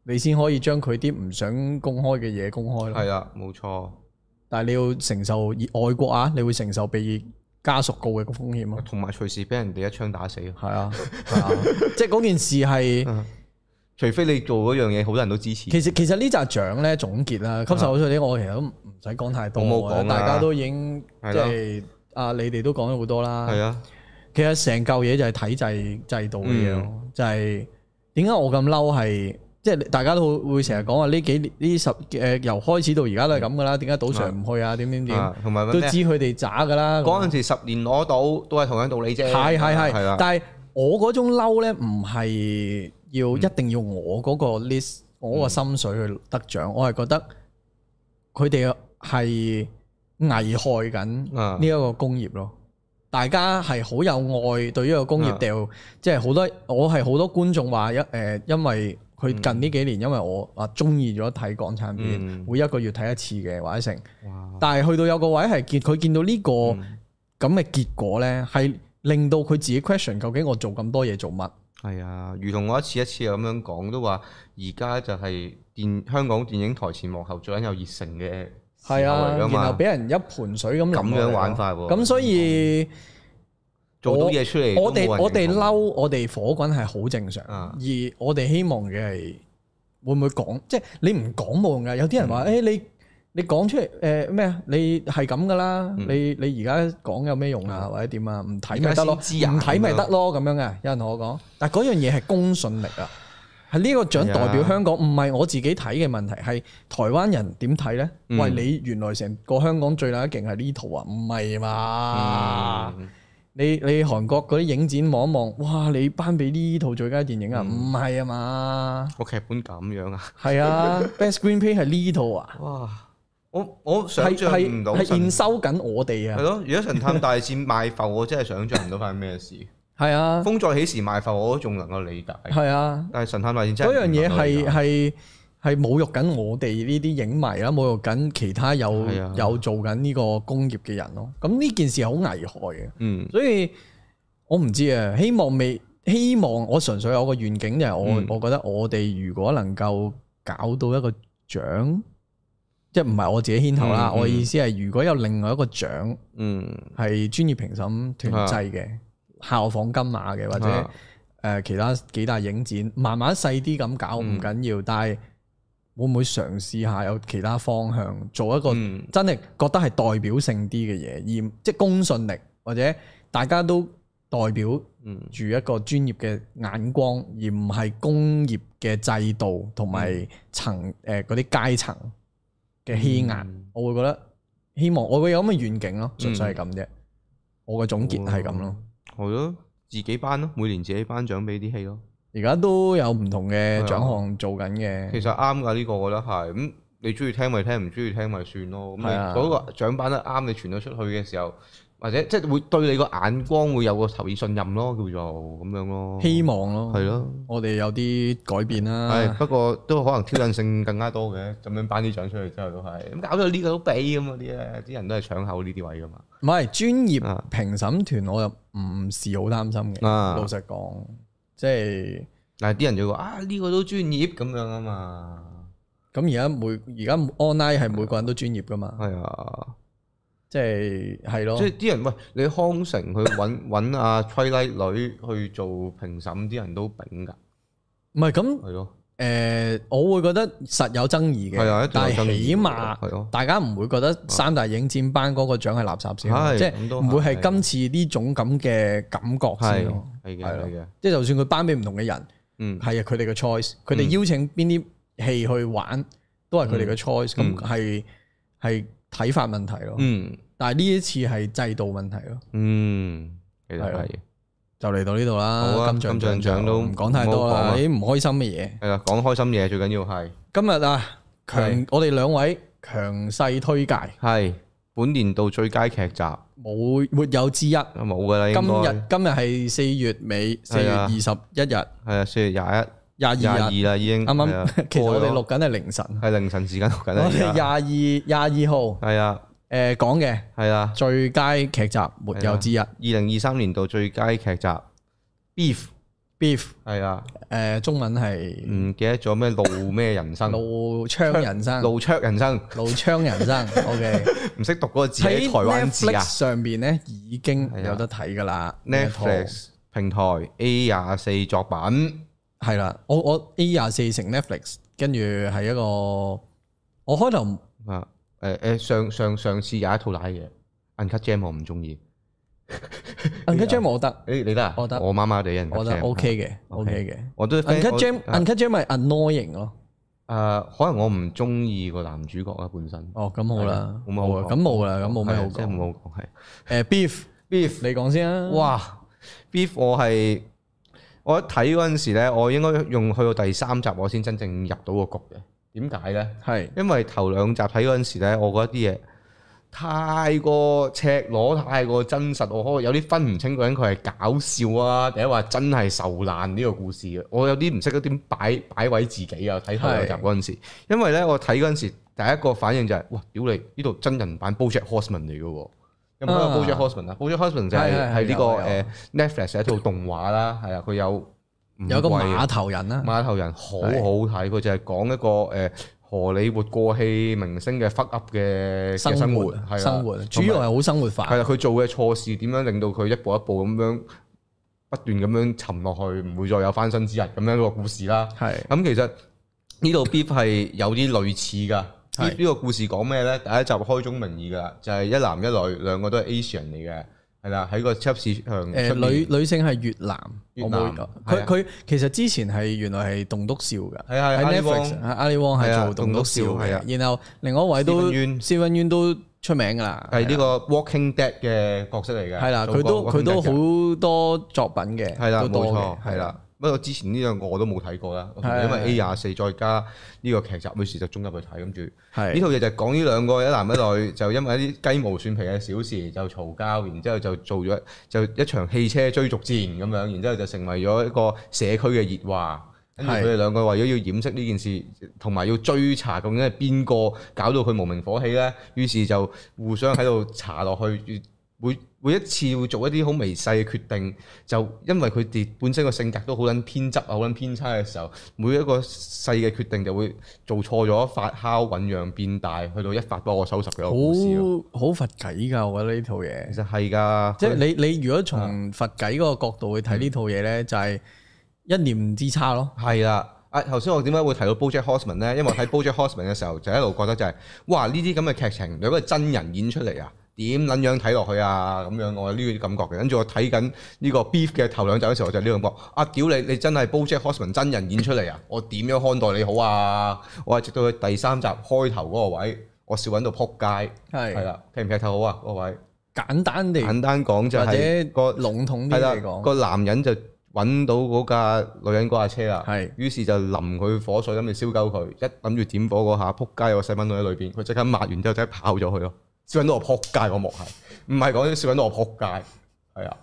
你先可以將佢啲唔想公開嘅嘢公開咯。係啦，冇錯。但係你要承受外國啊，你會承受被家屬告嘅風險咯。同埋隨時俾人哋一槍打死， 嗯係 啊，係啊即係嗰件事係。除非你做嗰樣嘢，好多人都支持。其實其實呢扎獎咧總結啦，吸收咗啲我其實都唔使講太多，我冇講啦大家都已經係即咯係啊，你哋都講咗好多啦。係啊，其實成嚿嘢就係體制制度嘅嘢咯，就係點解我咁嬲係即係大家都會成日講話呢幾年呢十誒由開始到而家都係咁噶啦，點解賭場唔去啊？點點點啊同埋都咩知佢哋渣噶啦。嗰陣時十年攞到都係同樣道理啫。係係係啊係啦，，但係我嗰種嬲咧，唔係要一定要我嗰個嗯 list，我個心水去得獎，我係覺得啊佢哋係危害緊呢一個工業咯。大家係好有愛對呢個工業啊掉，即係好多我係好多觀眾話一誒，因為佢近呢幾年因為我啊中意咗睇港產片，嗯每一個月睇一次嘅或者成，哇，但係去到有個位係見佢見到呢個咁嗯嘅結果咧，係令到佢自己 question 究竟我做咁多嘢做乜？係啊，如同我一次一次咁樣講，都話而家就係電香港電影台前幕後最緊有熱誠嘅係時啊，候嚟㗎然後嘛，俾人一盆水咁淋咁樣落嚟玩咯法喎咁所以。做到嘢出嚟都我冇人認哋同，我哋嬲，我哋火滾係好正常，啊而我哋希望嘅係會唔會講，即係你唔講冇用噶。有啲人嗯話：，誒、你你講出嚟誒咩啊？你係咁噶啦，嗯你你而家講有咩用啊？或者點啊？唔睇咪而家得先咯，唔知啊睇咪得咯，咁樣嘅。有人同我講，但係嗰樣嘢係公信力啊，係呢個獎代係表啊香港，唔係我自己睇嘅問題，係台灣人點睇咧？嗯喂，你原來成個香港最撚勁係呢套啊，唔係嘛？嗯你你韓國嗰啲影展望一望，哇！你頒俾呢套最佳電影啊？唔係啊嘛， 個劇本咁樣啊，係啊，Best Screenplay 係呢套啊，哇！我我係想象唔係到係神現收緊我哋係啊，咯，如果神探大戰賣埠，我真係想像唔到發生咩事。係啊， 風再起時賣埠，我都仲能夠理解，係啊，但係神探大戰真係嗰樣嘢唔能夠啊理解係係係侮辱緊我哋呢啲影迷啦，侮辱緊其他有係啊有做緊呢個工業嘅人咯。咁呢件事係好危害嘅。嗯所以我唔知啊，希望未，希望我純粹有個願景就係我，嗯我覺得我哋如果能夠搞到一個獎，即係唔係我自己牽頭啦。嗯嗯我意思係，如果有另外一個獎嗯係專業評審團制嘅，效仿金馬嘅，或者誒啊、其他幾大影展，慢慢細啲咁搞唔嗯緊要，但係會唔會嘗試下有其他方向，做一個嗯真係覺得係代表性啲嘅嘢，而即係公信力或者大家都代表嗯住一個專業嘅眼光，而唔係工業嘅制度同埋層誒嗰啲階層嘅欺壓，嗯嗯我會覺得希望我會有咁嘅願景咯，純粹係咁啫。我嘅總結係咁哦咯。係咯，自己班咯，每年自己頒獎俾啲戲咯，而家都有唔同嘅係啊獎項做緊嘅，其實啱㗎呢個，我覺得係咁。你中意聽咪聽，唔中意聽咪算咯。咁你係啊嗰個獎頒得啱，你傳咗出去嘅時候，或者即係會對你個眼光會有個投以信任咯，叫做咁樣咯。希望咯，係咯。我哋有啲改變係，啦。不過都可能挑戰性更加多嘅，咁樣頒啲獎出嚟之後都係，咁搞到呢個都俾咁嗰啲咧，啲人都係搶口呢啲位噶嘛。唔係專業啊評審團，我又唔是好擔心嘅。啊老實講，即係但係啲人就話啊，呢、個都專業咁樣啊嘛，咁而家每而家 online 係每個人都專業噶嘛，係啊，即係係咯即，係啲人喂，你康城去 揾揾阿崔麗女去做評審，啲人都丙㗎，唔係咁係咯，誒，我會覺得實有爭議係啊，嘅一，定有爭但係議啊起碼係咯，大家唔會覺得三大影展頒嗰個獎係垃圾先咯，係即咁係都唔會係係今次呢種咁嘅感覺先係咯。係嘅係咯係嘅，即係就算佢頒俾唔同嘅人，嗯係啊佢哋嘅 choice，佢哋邀請邊啲戲去玩都係佢哋嘅 choice，咁嗯係係睇法問題咯。嗯但係呢一次係制度問題咯，嗯，其實係咯係。就嚟到呢度好啦。啊金像金像獎獎都唔講太多唔好講啦，啊啲唔開心嘅嘢。係啦，講開心嘢最緊要係。今日啊，強係我哋兩位強勢推介，係本年度最佳劇集，冇冇沒有之一。噶啦，應今該日今日係四月尾，四係月啊二十一日，係啊，四月廿一、廿廿二二日，啦，已經啱係啊 啱。其實我哋過錄緊係凌晨咗，係凌晨時間錄緊我啦，哋而廿家二廿二號係啊，誒講嘅。係啊，最佳劇集沒有之一二零二三年度最佳劇集 Beef ，Beef 係啊，誒、中文係唔記得咗咩路咩人生，怒槍人生，路卓人生，怒槍人生，OK 唔識讀嗰個字喺喺台灣字啊 Netflix 上邊咧已經係啊有得睇噶啦，Netflix 平台 A 廿四作品，係啦，我我 A 廿四乘 Netflix，跟住係一個我開頭啊，誒誒上上上次有一套奶嘅 Uncut Gem 我唔中意， Uncut Gem 我得，誒你得啊？我得我麻麻地 Uncut 啊我覺得 Gem OK 嘅，OK 我都嘅。Uncut 我 Gem 啊 Uncut Gem 咪 annoying 咯，誒、呃可能我唔中意個男主角啊，本身。哦咁好啦，冇乜好啊講咁冇啦，咁冇咩好係真係講。冇好講，係。誒 Beef Beef，你講先啊，哇！Beef，我係我一睇嗰陣時咧，我應該用去到第三集，我先真正入到個局嘅。點解咧？係因為頭兩集睇嗰陣時咧，我覺得啲嘢太過赤裸、太過真實，我可有啲分唔清究竟佢係搞笑啊，定係話真係受難呢個故事嘅。我有啲唔識得點擺擺位自己啊！睇頭兩集嗰陣時，因為咧我睇嗰陣時，第一個反應就係、哇！屌你，呢度真人版 BoJack Horseman 嚟嘅喎。有冇啊睇過 BoJack Horseman 啊？BoJack Horseman 就係係係係係呢個有誒有 Netflix 嘅一套動畫啦，係啊，佢有五有個季碼頭人啊啦，碼頭人好好睇，佢就係講一個誒、呃荷里活過氣明星嘅 fuck up 嘅嘅生活，係啦生活，主同埋要係好生活化係，啊啦，佢做嘅錯事點樣令到佢一步一步咁樣不斷咁樣沉落去，唔會再有翻身之日咁樣一個故事啦。係咁其實呢度 Beef 係有啲類似噶。呢係呢個故事講咩呢？第一集開宗明義噶啦，就係、一男一女兩個都係 Asian 嚟嘅，係啦，喺個超級市場嗯出誒面呃女女性係越南，越我南冇係佢啊佢其實之前係原來係棟篤笑㗎，係啊喺阿里 Netflix 旺阿里旺係係啊做棟篤笑棟篤笑係啊嘅，然後另外一位都 Steven Yeun Steven Yeun 都出名㗎啦，係呢個 Walking Dead 嘅角色嚟嘅，係啦，做佢都過佢 Walking Dead 都嘅好多作品嘅，係啦，都冇多錯，嘅，係啦。不過之前呢兩個我都冇睇過啦，係因為係 A 廿四再加呢個劇集，於是就中入去睇，跟住呢係套嘢就係講呢兩個一男一女，就因為一啲雞毛蒜皮嘅小事就嘈交，然之後就做咗就一場汽車追逐戰咁樣，然之後就成為咗一個社區嘅熱話。跟住係佢哋兩個為咗要掩飾呢件事，同埋要追查究竟係邊個搞到佢無名火氣呢，於是就互相喺度查落去，每每一次會做一啲好微細嘅決定，就因為佢哋本身個性格都好撚偏執啊，好撚偏差嘅時候，每一個細嘅決定就會做錯咗，發酵醖釀變大，去到一發不可收拾嘅一個故事咯。好好佛偈㗎，我覺得呢套嘢其。實係㗎，哦即係你你如果啊從佛偈嗰個角度去睇嗯呢套嘢咧，就係一念之差咯。係啦。啊，頭先我點解會提到 BoJack Horseman 咧？因為我睇 BoJack Horseman 嘅時候，就一路覺得就係、哇呢啲咁嘅劇情，如果係真人演出嚟啊，點撚樣睇落去啊？咁樣我有呢個感覺嘅。跟住我睇緊呢個 Beef 嘅頭兩集嘅時候，我就呢種覺，啊屌你！你真係 BoJack Horseman 真人演出嚟啊！我點樣看待你好啊？我係直到佢第三集開頭嗰個位，我笑揾到撲街，係係啦，劇唔劇透好啊？嗰個位簡單地簡單講就或者係、個籠統啲係啦嚟，講，個男人就揾到嗰架女人嗰架車啦，係於是就淋佢火水，諗住燒鳩佢，一諗住點火嗰下，撲街有個細蚊女喺裏邊，佢即刻抹完之後即刻跑咗佢咯，燒緊到我撲街嗰幕係，唔係講笑緊到我撲街，係啊，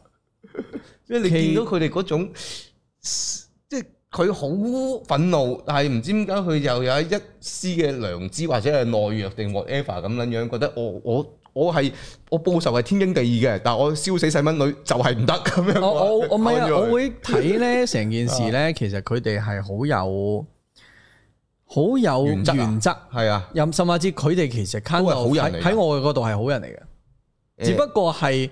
即係你見到佢哋嗰種，即係佢好憤怒，但係唔知點解佢又有一絲嘅良知或者係懦弱定 whatever 咁樣樣，覺得我我。我係我報仇係天經地義嘅，但係我燒死細蚊女就係唔得咁樣。我我我唔趕係咗 啊啊，佢我會睇咧成件事咧，其實佢哋係好有好有原則啊原則，係啊，任甚至佢哋其實 kind 都係 of 好人嚟㗎喺喺我嘅角度係好人嚟嘅。只不過係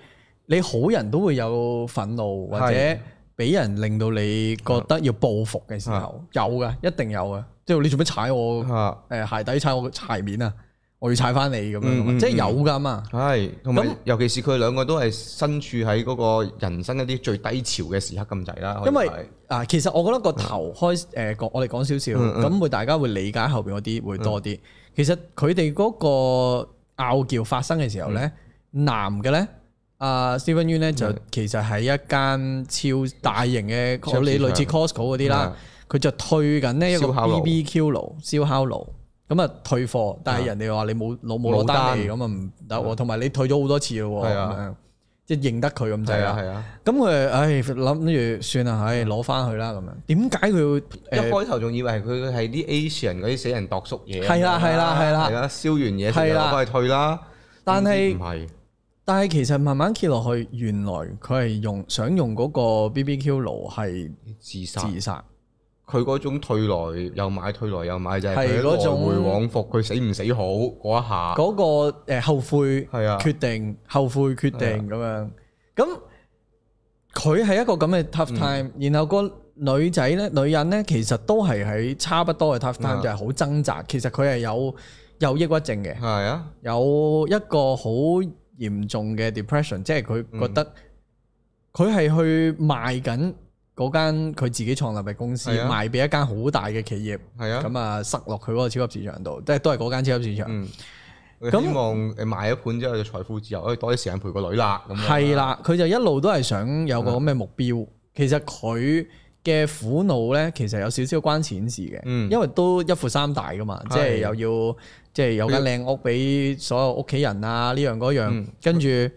你好人都會有憤怒或係者俾人令到你覺得要報復嘅時啊候，有噶，一定有噶。即係你做咩踩我？誒、嚇鞋底踩我鞋面啊！我要踩翻你咁樣㗎嘛，嗯嗯即係有噶嘛。係，同埋咁尤其是佢兩個都係身處喺嗰個人生一啲最低潮嘅時刻咁滯啦。可以因為係啊，其實我覺得個頭開誒、呃、講我哋講少少，嗯嗯嗯嗯咁會大家會理解後邊嗰啲會多啲。其實佢哋嗰個拗撬發生嘅時候咧，嗯男嘅咧，阿、Steven Yeun 咧就其實係一間超大型嘅超，有市你場類似 Costco 嗰啲啦，佢就退緊呢一個燒烤爐嗯 BBQ 爐、燒烤爐。咁啊退貨，但係人哋話你冇攞冇攞冇單單嗯嚟，咁啊唔得喎。同埋你退咗好多次咯喎，係咁啊樣即係認得佢咁滯係啊啦。係啊，咁佢唉諗住算啦，唉攞翻去啦咁樣。點解佢一誒開頭仲以為佢係啲 Asian 嗰啲死人度縮嘢啊咁樣。係啦啊係啦係啦嗯係啦，燒完嘢係就啦攞翻去退啦。但係點知唔係但係其實慢慢揭落去，原來佢係用想用嗰個 BBQ 爐係自殺，自殺，佢嗰種退來又買，退來又買就係係佢嗰來種回往復，佢死唔死好嗰一下。嗰個誒後悔係啊決定，後悔決定咁樣。咁佢係一個咁嘅 tough time，然後個女仔咧、女人咧，其實都係喺差不多嘅 tough time，嗯就係好掙扎。其實佢係有有抑鬱症嘅。係啊，有一個好嚴重嘅 depression，即係嗯佢覺得佢係去賣緊嗰間佢自己創立嘅公司，係啊賣俾一間好大嘅企業，係啊。咁啊塞落佢嗰個超級市場度，即係都係嗰間超級市場。嗯，咁希望誒賣咗盤之後就財富自由，可哎以多啲時間陪個女啦。咁樣啊嗯係啦、佢就一路都係想有個咁嘅目標。其實佢嘅苦惱咧，其實有少少關錢事嘅，嗯因為都一闊三大噶嘛，即係係又要即係有間靚屋俾所有屋企人啊，呢樣嗰樣嗯，跟住佢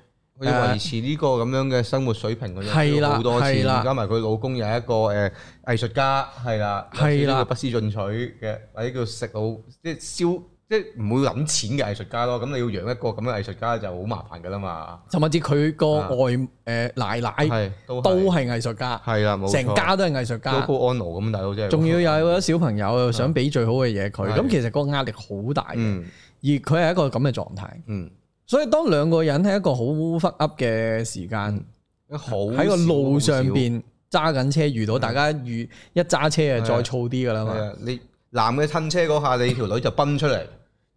要維持呢個咁樣嘅生活水平，佢就呃係需啦要好多係錢。啦加埋佢老公又係一個誒藝術家，係啦，有係啦少少不思進取嘅，或者叫食老即係燒，即係唔會諗錢嘅藝術家咯。咁你要養一個咁嘅藝術家就好麻煩㗎啦嘛。甚至佢個啊外誒奶奶係都都係係藝術家，係啦，冇錯成家都係藝術家。 local an 咁大佬真係。仲要有咗小朋友又想俾最好嘅嘢佢，係咁其實個壓力好大嘅，嗯而佢係一個咁嘅狀態。嗯，所以當兩個人喺一個好 fuck up 嘅時間，嗯好喺個路上邊。邊揸緊車遇到大家遇一揸車啊，嗯係啊再燥啲噶啦係嘛。啊，你男嘅褪車嗰下，你條女就奔出嚟，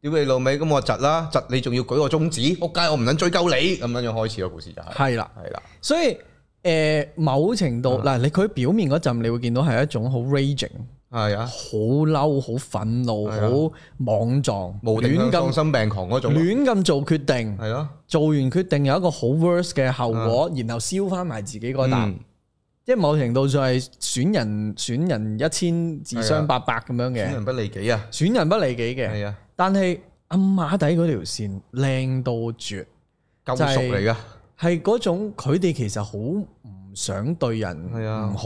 屌你老味，咁我窒啦，窒你仲要舉個中指，仆街，我唔撚追究你，咁樣樣開始個故事就係，係啦，係啦，所以誒某程嗯度嗱，你佢表面嗰陣你會見到係一種好 raging、係啊，好嬲、好憤怒、係啊好莽撞、無定向亂喪咁心病狂嗰種，亂咁做決定，係咯，做完決定有一個好 worse 嘅後果，然後燒翻埋自己嗰啖。嗯即係某程度上係損人損人一千，自傷八百咁樣損嘅，人不利己啊，損人不利己嘅。係啊，但係暗馬底嗰條線靚到絕，救贖嚟噶，係嗰種佢哋其實好唔想對人係啊唔好。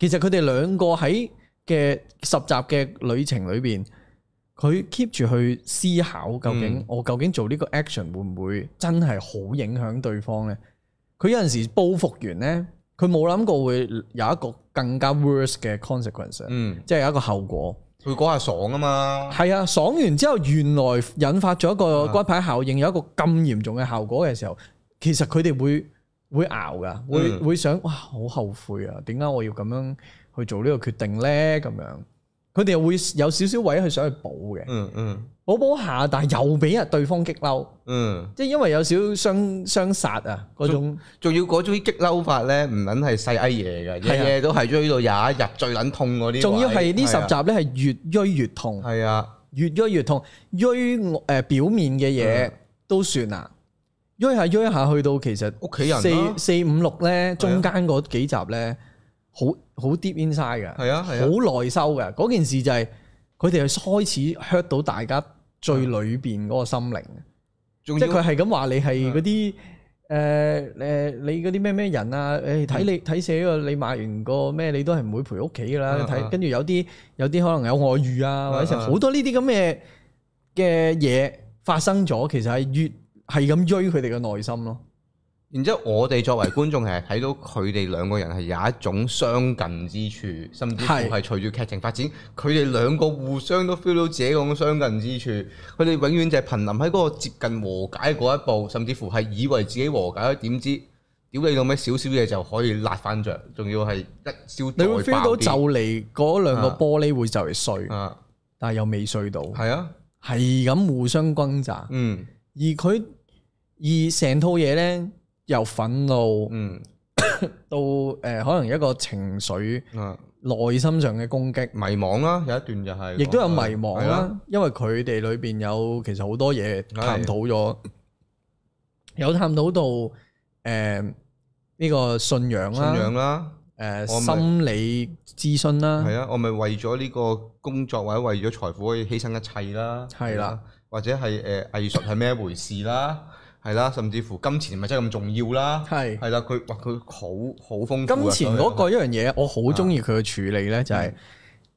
其實佢哋兩個喺嘅十集嘅旅程裏邊，佢 keep 住去思考究竟嗯我究竟做呢個 action 會唔會真係好影響對方呢？佢有陣時報復完呢，佢冇諗過會有一個更加 worse 嘅 consequence，、啊嗯，即係有一個後果。佢嗰下爽啊嘛，係啊，爽完之後，原來引發咗一個啊骨牌效應，有一個咁嚴重嘅效果嘅時候，其實佢哋會會熬噶，會、嗯會想哇好後悔啊，點解我要咁樣去做呢個決定呢？咁樣佢哋又會有少少位去想去補嘅，嗯嗯補補下，但係又俾人對方激嬲，嗯，即係因為有少少相相殺啊嗰種，仲要嗰種激嬲法咧，唔撚係細埃嘢嘅，係啊日夜都係追到廿一日最撚痛嗰啲位，仲要係呢十係啊集呢係越追越痛。係啊。越追越痛，追誒、呃表面嘅嘢都算啦，追下追下去到其實屋企人啊啦四四五六咧，中間嗰幾集咧，好好 deep inside 嘅，係啊係啊好內收嘅。嗰件事就係佢哋係開始 hurt 到大家最裏邊嗰個心靈，仲即要係佢係咁話你係嗰啲。誒誒、你嗰啲咩咩人啊？誒、嗯睇你睇死個你買完個咩，你都係唔會陪屋企噶啦。嗯睇嗯跟住有啲有啲可能有外遇啊，嗯或者嗯成好多呢啲咁嘅嘅嘢發生咗，其實係越係咁追佢哋嘅內心咯。然之後，我哋作為觀眾係睇到佢哋兩個人係有一種相近之處，甚至乎係係隨住劇情發展，佢哋兩個互相都 feel 到自己嗰種相近之處。佢哋永遠就係瀕臨喺嗰個接近和解嗰一步，甚至乎係以為自己和解，點知屌你老味少少嘢就可以辣翻着，仲要係一燒你會再 feel 爆到啲就嚟嗰兩個玻璃會就嚟碎，啊，但係又未碎到，係啊，係咁互相轟炸。嗯而佢而成套嘢咧，由憤怒嗯到誒、呃可能一個情緒。啊，內心上嘅攻擊，迷茫啦，有一段就係亦都有迷茫係啊，啦。因為佢哋裏邊有其實好多嘢探討咗，有探討到誒呢個信仰信啦仰，啦。誒我咪心理諮詢啦係，啊，我咪為咗呢個工作或者為咗財富可以犧牲一切啦，係啦係啊，或者係誒藝術係咩一回事啦，係啦，甚至乎金錢咪真係咁重要啦，係係啦，佢哇佢好好豐富金啊錢嗰個一樣嘢，我好中意佢嘅處理咧，就係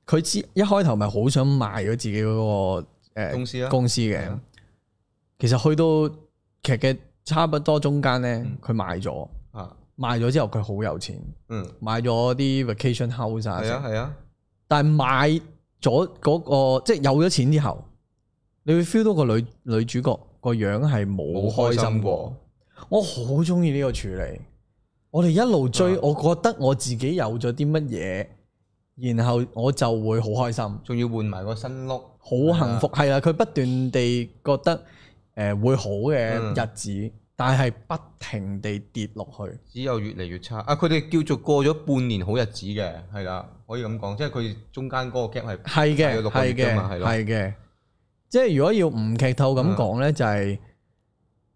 佢知一開頭咪好想賣咗自己嗰個所有誒公司啊，公司嘅啊，其實去到劇嘅差不多中間咧，嗯佢賣咗，啊，賣咗之後佢好有錢。嗯，買咗啲 vacation house 啊，係啊係啊，但係買咗嗰、個即係有咗錢之後，你會 feel 到個女女主角個樣係冇冇開開心心過過。我好中意呢個處理。我哋一路追，啊我覺得我自己有咗啲乜嘢，然後我就會好開心，仲要換埋個新屋，好幸福。係啦，佢不斷地覺得誒、呃、會好嘅嗯日子，但係不停地跌落去。只有越嚟越差啊！佢哋叫做過咗半年好日子嘅，係啦，可以咁講，即係佢中間嗰個 gap 係係係嘅，有六個係月嘅㗎嘛係，咯嗯係嘅。即係如果要唔劇透咁講咧，就係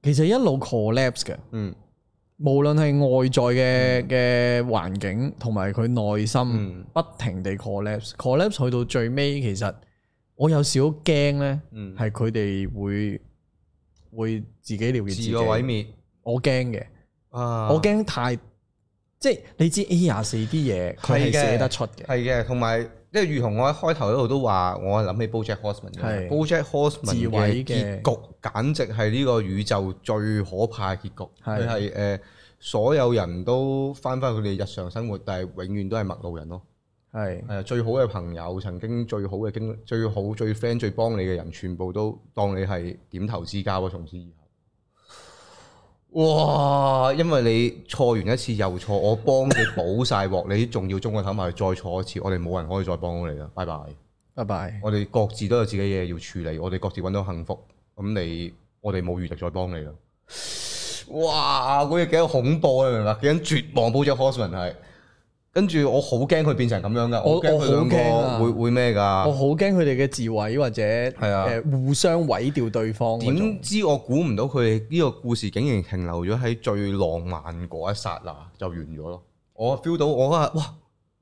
其實一路 collapse 嘅，嗯無論係外在嘅嘅環境同埋佢內心嗯不停地 collapse，collapse 去到最尾，其實我有少驚咧，嗯，係佢哋會會自己了結自己自我毀滅我驚嘅，啊，我驚太即係你知 A 廿四啲嘢，佢係係嘅寫得出嘅，係嘅，同埋即係如同我喺開頭嗰度都話，我係諗起 BoJack Horseman 嘅係 BoJack 自 Horseman 毀嘅嘅結局，簡直係呢個宇宙最可怕嘅結局。係佢係誒所有人都翻返佢哋日常生活，但係永遠都係陌路人咯。係係啊最好嘅朋友，曾經最好嘅經，最好最 friend 最幫你嘅人，全部都當你係點頭之交啊！從此以後。哇！因為你錯完一次又錯，我幫你補晒鑊，你仲要中個頭埋去再錯一次，我哋冇人可以再幫到你啦，拜拜！拜拜，我哋各自都有自己嘢要處理，我哋各自揾到幸福，咁你我哋冇餘力再幫你啦。哇！嗰嘢幾咁恐怖啊，你明白？幾咁絕望，BoJack Horseman 係。跟住我好驚佢變成咁樣噶，我我驚佢兩我好驚啊個會會咩我㗎？好驚佢哋嘅自毀或者係啊誒互相毀掉對方嗰種點知我估唔到佢哋呢個故事竟然停留咗喺最浪漫嗰一剎那就完咗咯。我 feel 到我啊，哇！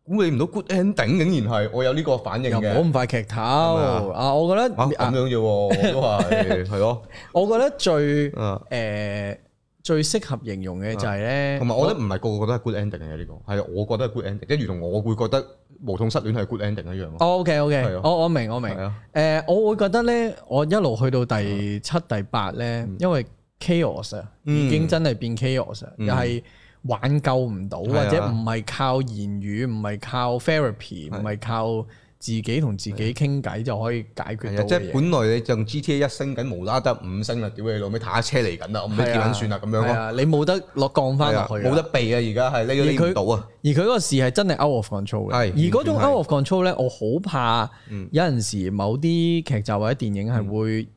估你唔到 good ending，竟然係我有呢個反應又唔好嘅。咁快劇透係啊！我覺啊得咁啊，樣啫喎，我都 係係咯。我覺得最啊誒最適合形容嘅就係咧，同埋我覺得唔係個個都係 good ending 嘅呢個，係我覺得係 good ending，即係如同我會覺得無痛失戀係 good ending 一樣咯。哦，OK 係 OK，啊我我明我明係。啊，誒，我會覺得咧，我一路去到第七第八咧，因為 chaos 啊，嗯已經真係變 chaos 啊，嗯又係挽救唔到，係啊或者唔係靠言語，唔係靠 therapy，係唔係靠自己同自己傾偈就可以解決係啊，到即嘅係嘢。本來你用 GTA 一升緊，無啦啦得五升啦，屌你老味，打車嚟緊啦，我唔俾結啊撚算啦咁樣係咯，啊，你冇得落降翻係落啊去㗎，冇得避啊！而家係匿都匿唔到啊，而佢嗰個事係真係 out of control 嘅，係嗯而嗰種完全係 out of control 咧，我好怕有陣時某啲劇集或者電影嗯係會誒、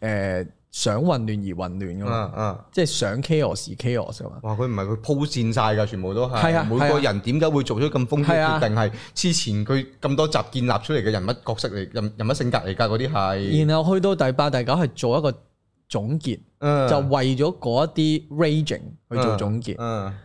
呃想混亂而混亂噶啊嘛，啊！即係想 chaos 而 chaos 噶嘛。哇！佢唔係佢鋪墊晒㗎，全部都係。係啊每係個啊人點解會做出咁瘋係嘅啊決定係之前佢咁多集建立出嚟嘅人物角色嚟，人人物性格嚟㗎嗰啲係。然後去到第八、第九係做一個總結，嗯就為咗嗰一啲 raging 去做總結。嗯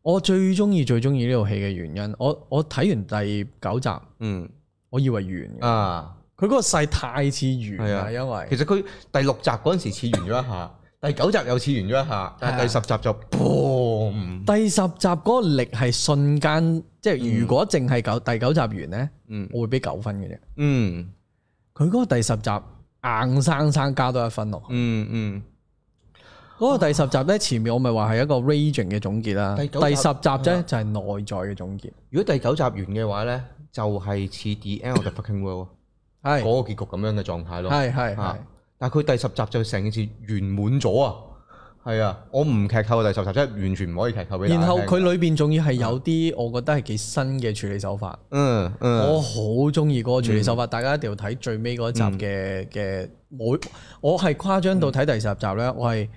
我最中意最中意呢套戲嘅原因，我我睇完第九集，嗯我以為完嘅，啊！佢嗰個勢太似完係啦，啊因為其實佢第六集嗰陣時似完咗一下，第九集又似完咗一下，但啊係第十集就 boom，第十集嗰個力係瞬間，即係如果淨係九第九集完呢，嗯我會俾九分嘅啫。嗯佢嗰個第十集硬生生加多一分落去。嗯嗯，嗰、個第十集呢，前面我咪話係一個 raging 嘅總結啦。第九集啊第十集呢，就係內在嘅總結，如果第九集完嘅話咧，就係似 The End of the Fucking World 啊嗰係個結局咁樣嘅狀態咯。係係係啊，但係佢第十集就成件事圓滿咗啊！係啊，我唔劇透第十集，真係完全唔可以劇透俾大家然後聽佢裏邊仲要係有啲，我覺得係幾新嘅處理手法。嗯嗯我好中意嗰個處理手法，大家一定要睇最尾嗰集嘅嘅每，我係誇張到睇第十集咧，我係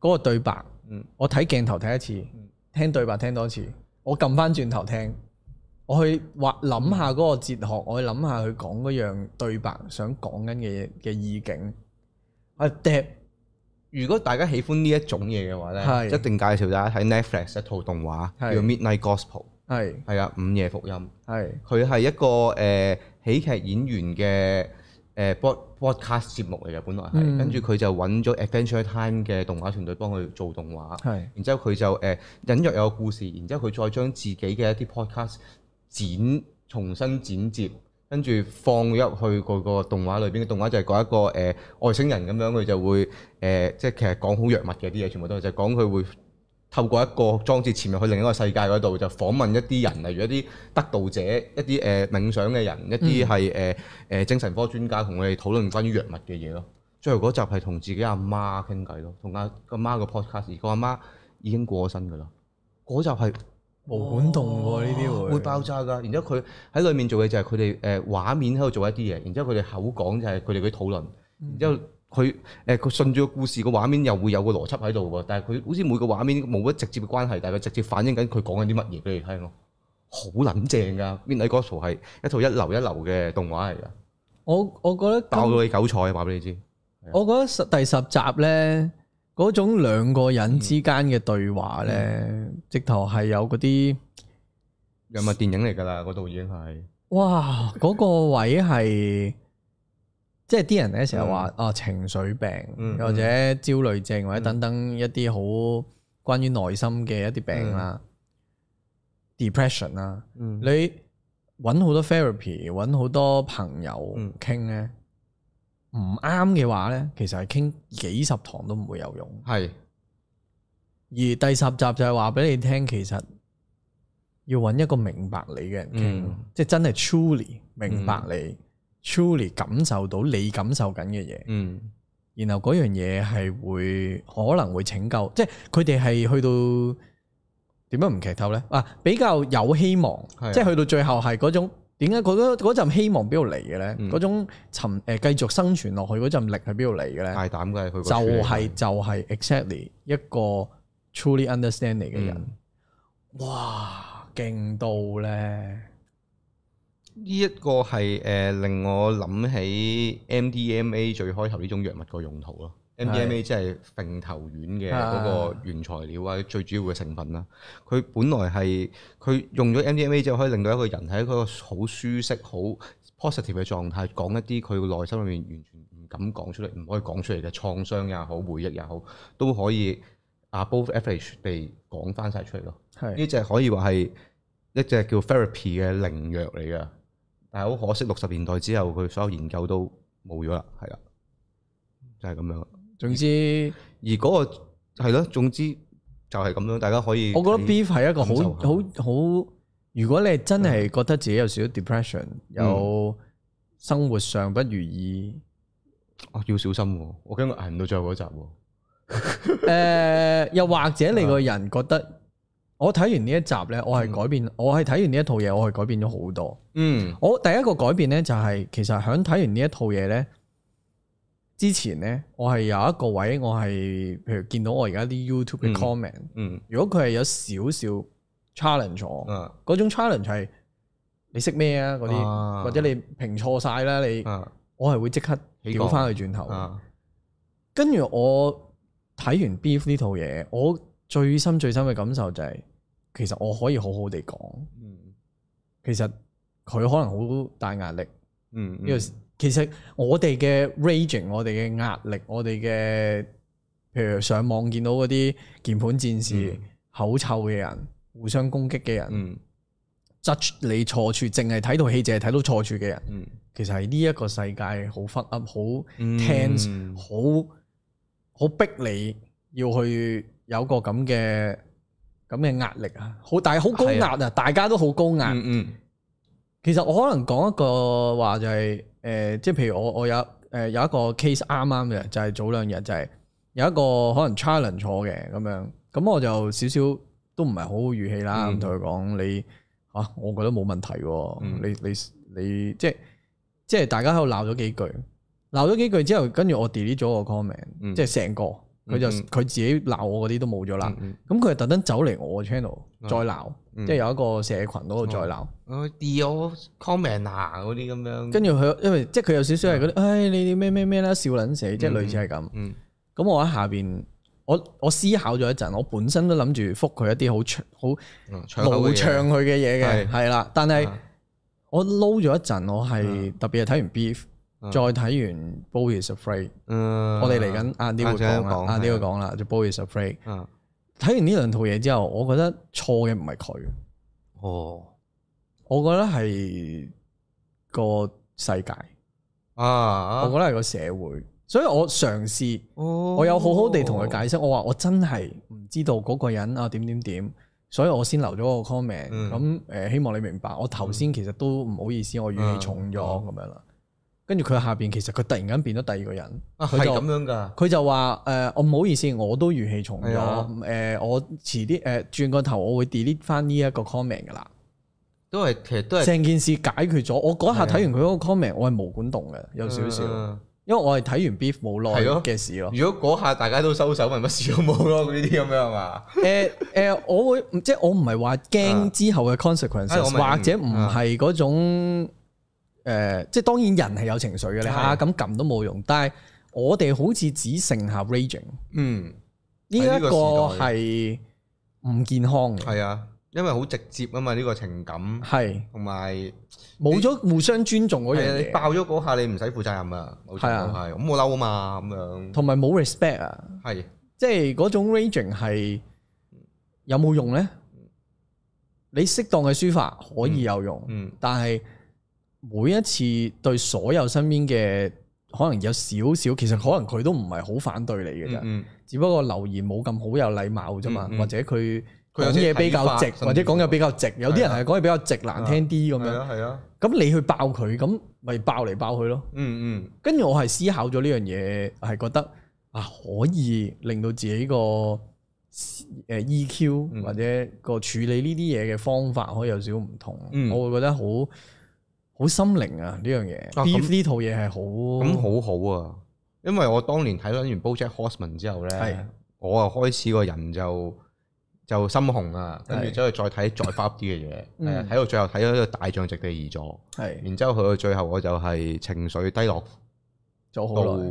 嗰個對白嗯，我睇鏡頭睇一次，聽對白聽多次，我撳翻轉頭聽，我去話諗下嗰個哲學，我去諗下佢講嗰樣對白想講緊嘅嘢嘅意境，啊嗒如果大家喜歡呢一種嘢嘅話係咧，一定介紹大家睇 Netflix 一套動畫叫係《Midnight Gospel》，係係啊，午夜福音。係佢係一個誒、呃喜劇演員嘅誒、呃、broad broadcast 節目嚟嘅，本來係，嗯跟住佢就揾咗 Adventure Time 嘅動畫團隊幫佢做動畫，係然之後佢就誒、呃隱約有個故事，然之後佢再將自己嘅一啲 podcast 剪重新剪接。跟住放入去個個動畫裏邊嘅動畫就係講一個誒、呃外星人咁樣，佢就會誒、呃即係其實講好藥物嘅啲嘢，全部都係就係講佢會透過一個裝置潛入去另一個世界嗰度，就訪問一啲人，例如一啲得道者、一啲誒、呃冥想嘅人、一啲係誒誒精神科專家，同佢哋討論關於藥物嘅嘢咯。最後嗰集係同自己阿媽傾偈咯，同阿阿媽個 podcast，而個阿媽已經過咗身㗎啦。嗰集係哦毛管動喎呢啲會會爆炸㗎，然之後佢喺裡面做嘅就係佢哋誒畫面喺度做一啲嘢，然之後佢哋口講就係佢哋嗰啲討論，嗯然之後佢誒佢順住個故事個畫面又會有個邏輯喺度喎，但係佢好似每個畫面冇乜直接嘅關係，但係佢直接反映緊佢講緊啲乜嘢俾你聽咯，好撚正㗎！《Midnight Gospel》係一套一流一流嘅動畫嚟㗎，我我覺得今爆到你韭菜話俾你知。我覺得十第十集呢，嗰種兩個人之間嘅對話咧，嗯直頭係有嗰啲又咪電影嚟㗎啦，嗰度已經係哇，嗰、個位係即係啲人咧成日話啊情緒病，嗯又或者焦慮症或者等等一啲好關於內心嘅一啲病啦、depression 啦，嗯你揾好多 therapy，揾好多朋友嗯傾咧，唔啱嘅話咧，其實係傾幾十堂都唔會有用。係而第十集就係話俾你聽，其實要揾一個明白你嘅人傾，嗯即係真係 truly 明白你、t r u l y 感受到你感受緊嘅嘢，嗯然後嗰樣嘢係會可能會拯救，即係佢哋係去到點樣唔劇透呢？啊，比較有希望係啊，即係去到最後係嗰種點解嗰嗰陣希望邊度嚟嘅呢？嗯嗰、種尋誒、呃、繼續生存落去嗰陣力係邊度嚟嘅呢？大膽㗎佢個就處理係、就係 exactly 一個 truly understand 你嘅人，嗯哇，勁到咧！呢一個係誒、呃令我諗起 MDMA 最開頭呢種藥物個用途咯。係 MDMA 即係揈頭丸嘅啊嗰個原材料啊，最主要嘅成分啦。佢本來係佢用咗 MDMA 之後，可以令到一個人喺一個好舒適、好 positive 嘅狀態，講一啲佢個內心裏面完全唔敢講出嚟、唔可以講出嚟嘅創傷也好、回憶也好，都可以 above average 地講翻晒出嚟咯。係呢只可以話係一隻叫 therapy 嘅靈藥嚟嘅，但係好可惜，六十年代之後佢所有研究都冇咗啦，係啦，就係、咁樣。總之，而嗰、個係咯，總之就係咁樣，大家可以睇。我覺得 beef 係一個好感受下嗯好好。如果你真係覺得自己有少少 depression，有生活上不如 意，哦要小心喎，我驚佢捱唔到最後嗰集喎。誒，又或者你啊個人覺得，我睇完呢一集咧，我係改變，我係睇完呢一套嘢，我係改變咗好多。嗯我第一個改變咧，就係、其實喺睇完呢一套嘢咧之前咧，我係有一個位，我係譬如見到我而家啲 YouTube 嘅嗯 comment，、嗯如果佢係有少少 challenge 我，啊嗰、種 challenge 係你識咩啊嗰啲，啊或者你評錯晒啦，你、啊我係會即刻起屌槓翻佢轉頭。啊跟住我睇完 Beef 呢套嘢，我最深最深嘅感受就係、其實我可以好好地講，嗯其實佢可能好大壓力。嗯呢個其實我哋嘅 raging，我哋嘅壓力，我哋嘅譬如上網見到嗰啲鍵盤戰士、嗯口臭嘅人、互相攻擊嘅人、嗯 judge 你錯處，淨係睇到戲，淨係睇到錯處嘅人，嗯其實係呢一個世界好 fuck up，好嗯 tense，好好逼你要去有個咁嘅咁嘅壓力啊，好但係好高壓啊，大家都好高壓。嗯嗯其實我可能講一個話就係、誒、即係譬如我我有誒、有一個 case 啱啱嘅，就係、早兩日就係、有一個可能 challenge 我嘅咁樣，咁我就少少都唔係好好語氣啦，嗯咁同佢講你嚇、啊我覺得冇問題喎、嗯你你你即係即係大家喺度鬧咗幾句，鬧咗幾句之後，跟住我 delete 咗個 comment，、嗯即係成個佢就嗯嗯佢自己鬧我嗰啲都冇咗啦，嗯咁佢係特登走嚟我 channel 再鬧，嗯即係有一個社群嗰度再鬧。我 d 我 comment 啊嗰啲咁樣，跟住佢，因為即係佢有少少係嗰啲，唉，你哋咩咩咩啦，笑撚死，即係嗯類似係咁。嗯咁我喺下邊，我我思考咗一陣，我本身都諗住覆佢一啲好嗯長好口嘅路嘢唱佢嘅嘢嘅，係係啦。但係啊我撈咗一陣，我係特別係睇完 Beef，嗯再睇完 Boy is Afraid，嗯我哋嚟緊晏啲會晏講陣啦，講晏啲會係講啦，就 Boy is Afraid。啊睇完呢兩套嘢之後，我覺得錯嘅唔係佢，哦。我覺得係個世界，啊，我覺得係個社會，所以我嘗試。哦我有好好地同佢解釋，我話我真係唔知道嗰個人啊點點點，所以我先留咗個 comment、嗯咁誒、呃希望你明白，我頭先其實都唔好意思，我語氣重咗嗯咁樣啦。跟住佢下邊其實佢突然間變咗第二個人，啊，佢係就咁樣噶，佢就話誒、呃我唔好意思，我都語氣重咗，係啊誒、我遲啲誒轉個頭，我會 delete 翻呢一個 comment 噶啦。都係其實都係成件事解決咗，我嗰下係啊睇完佢嗰個 comment，我係無管動嘅，有少少，嗯因為我係睇完 beef 冇耐係咯嘅事咯。如果嗰下大家都收手，咪乜事都冇咯，呢啲咁樣係嘛？誒誒，我會即係我唔係話驚啊之後嘅 consequences，啊我明或者唔係嗰種誒即係當然人係有情緒嘅，你係下下咁撳都冇用。但係我哋好似只剩下 raging，嗯，呢喺呢一個個時代係唔健康嘅，係啊，因為好直接啊嘛，呢個情感係同埋冇咗互相尊重嗰係啊，樣你嘢，爆咗嗰下你唔使負責任啊，冇錯係啊係，咁我嬲啊嘛，咁樣同埋冇 respect 啊，係即係嗰種 raging 係有冇用咧？你適當嘅抒發可以有用，嗯但係每一次對所有身邊嘅可能有少少，其實可能佢都唔係好反對你嘅嗯咋，嗯只不過留言冇咁好有禮貌啫嘛，嗯嗯或者佢佢有講啲嘢比較直睇，法或者講嘢比較直，有啲人係講嘢比較直難聽啲啊咁係樣，啊係啊，咁你去爆佢，咁咪爆嚟爆去咯。嗯嗯跟住我係思考咗呢樣嘢，係覺得啊可以令到自己個誒 EQ 嗯或者個處理呢啲嘢嘅方法可以有少少唔同，嗯我會覺得好好心靈啊呢樣嘢。咁 Beef 呢套嘢係好咁好好啊，因為我當年睇撚完 BoJack Horseman 之後咧係，我啊開始個人就就心紅啊，跟住係之後再睇再花啲嘅嘢，嗯係啊睇到最後睇到呢個大象席地而坐，係然之後去到最後我就係情緒低落做好到耐，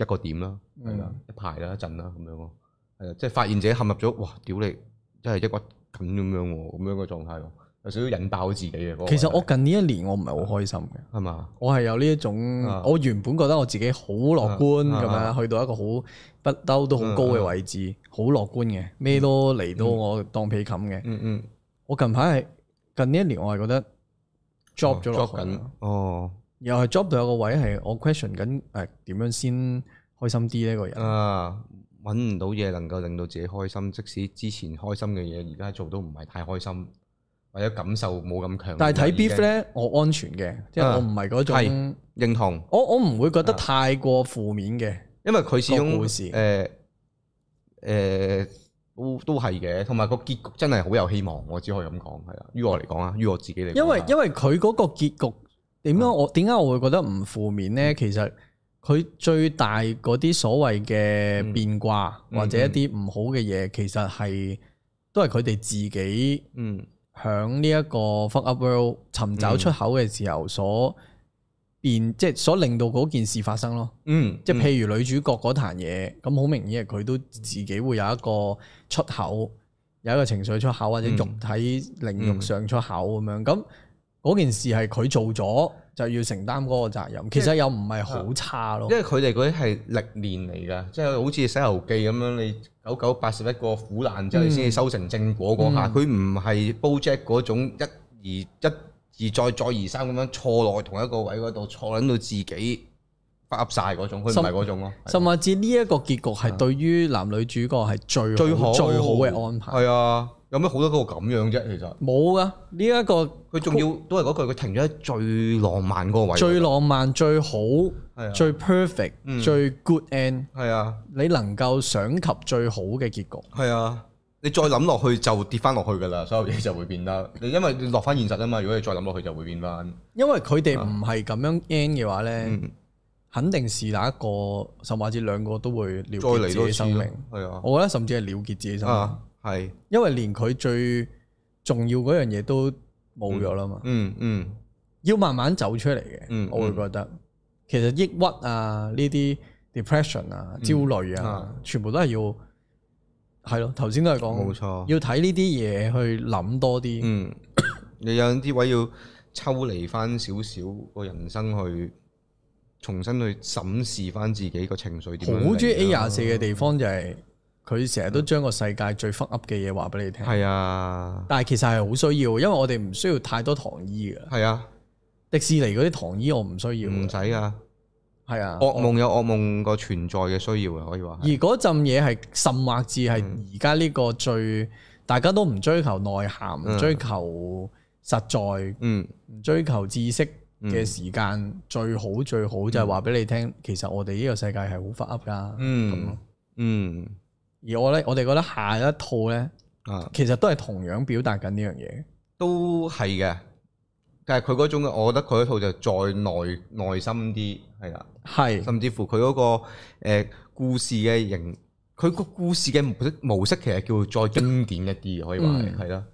一個點啦，係啦嗯，一排啦，一陣啦，咁樣咯，係啊，即係發現自己陷入咗，哇！屌你，真係抑鬱緊咁樣喎，咁樣個狀態喎，有少少引爆自己嘅嗰個位。其實我近呢一年我唔係好開心嘅。係嘛，我係有呢一種，啊我原本覺得我自己好樂觀啊咁啊嗯樣，去到一個好不嬲都好高嘅位置，好樂觀嘅，咩都嚟到我當被冚嘅。嗯嗯我近排係近呢一年，我係覺得 job 咗落，job 去啊緊，，哦，又係 job 到有個位係我 question 緊誒點樣先開心啲呢個人，啊，揾唔到嘢能夠令到自己開心，即使之前開心嘅嘢，而家做都唔係太開心，或者感受冇咁強。但係睇已經 beef，咧，我安全嘅，即係啊我唔係嗰種係，啊認同，我我唔會覺得太過負面嘅，因為佢始個終故事誒誒都都係嘅，同埋個結局真係好有希望，我只可以咁講係啦。於我嚟講啊，於我自己嚟講啊，因為因為佢嗰個結局點嗯解我點解我會覺得唔負面咧？其實佢最大嗰啲所謂嘅變卦、嗯或者一啲唔好嘅嘢，其實係都係佢哋自己嗯響呢一個 fuck up world 尋找出口嘅時候所變，即係所令到嗰件事發生咯。嗯，即係譬如女主角嗰壇嘢，咁好明顯係佢都自己會有一個出口，有一個情緒出口或者嗯肉體靈肉上出口咁樣。咁嗰件事係佢做咗，就要承擔嗰個責任。其實又唔係好差咯因。為佢哋嗰啲係歷練嚟㗎，即係好似《西遊記》咁樣，你九九八十一個苦難之後，你先至修成正果嗰嗯下，佢唔係 BoJack 嗰種一而一而再再而三咁樣錯落去同一個位嗰度，錯撚到自己發噏晒嗰種，佢唔係嗰種咯，係甚至呢一個結局係對於男女主角係最啊最好最好嘅安排。係啊，有咩好得過咁樣啫？其實冇噶，呢一個佢仲要都係嗰句，佢停咗喺最浪漫嗰個位，最浪漫、最好、啊係啊最 perfect 嗯、最 good end，係啊你能夠想及最好嘅結局。係啊。你再諗落去就跌翻落去㗎啦，所有嘢就會變得你因為你落翻現實啊嘛。如果你再諗落去就會變翻。因為佢哋唔係咁樣 end 嘅話咧，嗯肯定是那一個甚至兩個都會了再結嚟自多次己生咯命。，係我覺得甚至係了結自己生啊，命，啊係，因為連佢最重要嗰樣嘢都冇咗啦嘛，嗯嗯要慢慢走出嚟嘅。嗯我會覺得其實抑鬱啊、呢啲 depression 啊、焦慮啊，嗯啊全部都係要係咯。頭先都係冇講，錯，要睇呢啲嘢去諗多啲。嗯，你有啲位要抽離翻少少個人生去重新去審視翻自己個情緒點樣嚟啦。啊好中意 A 廿四嘅地方就係佢成日都將個世界最 fuck up 嘅嘢話俾你聽，係啊，但係其實係好需要，因為我哋唔需要太多糖衣嘅。係啊，迪士尼嗰啲糖衣我唔需要唔嘅，使啊，係啊。噩夢有噩夢個存在嘅需要啊，可以話而係。嗰陣嘢係甚或至嗯係而家呢個最大家都唔追求內涵，唔嗯追求實在，唔嗯追求知識嘅嗯時間最好最好就係話俾你聽，其實我哋呢個世界係好 fuck up 㗎。嗯嗯而我咧，我哋覺得下一套咧，啊。其實都係同樣表達緊呢樣嘢。都係嘅，但係佢嗰種嘅，我覺得佢嗰套就再內內心啲，係啦，係甚至乎佢嗰、個呃故事嘅形，佢個故事嘅模式模式其實叫做再經典一啲，可以話係嗯係啦，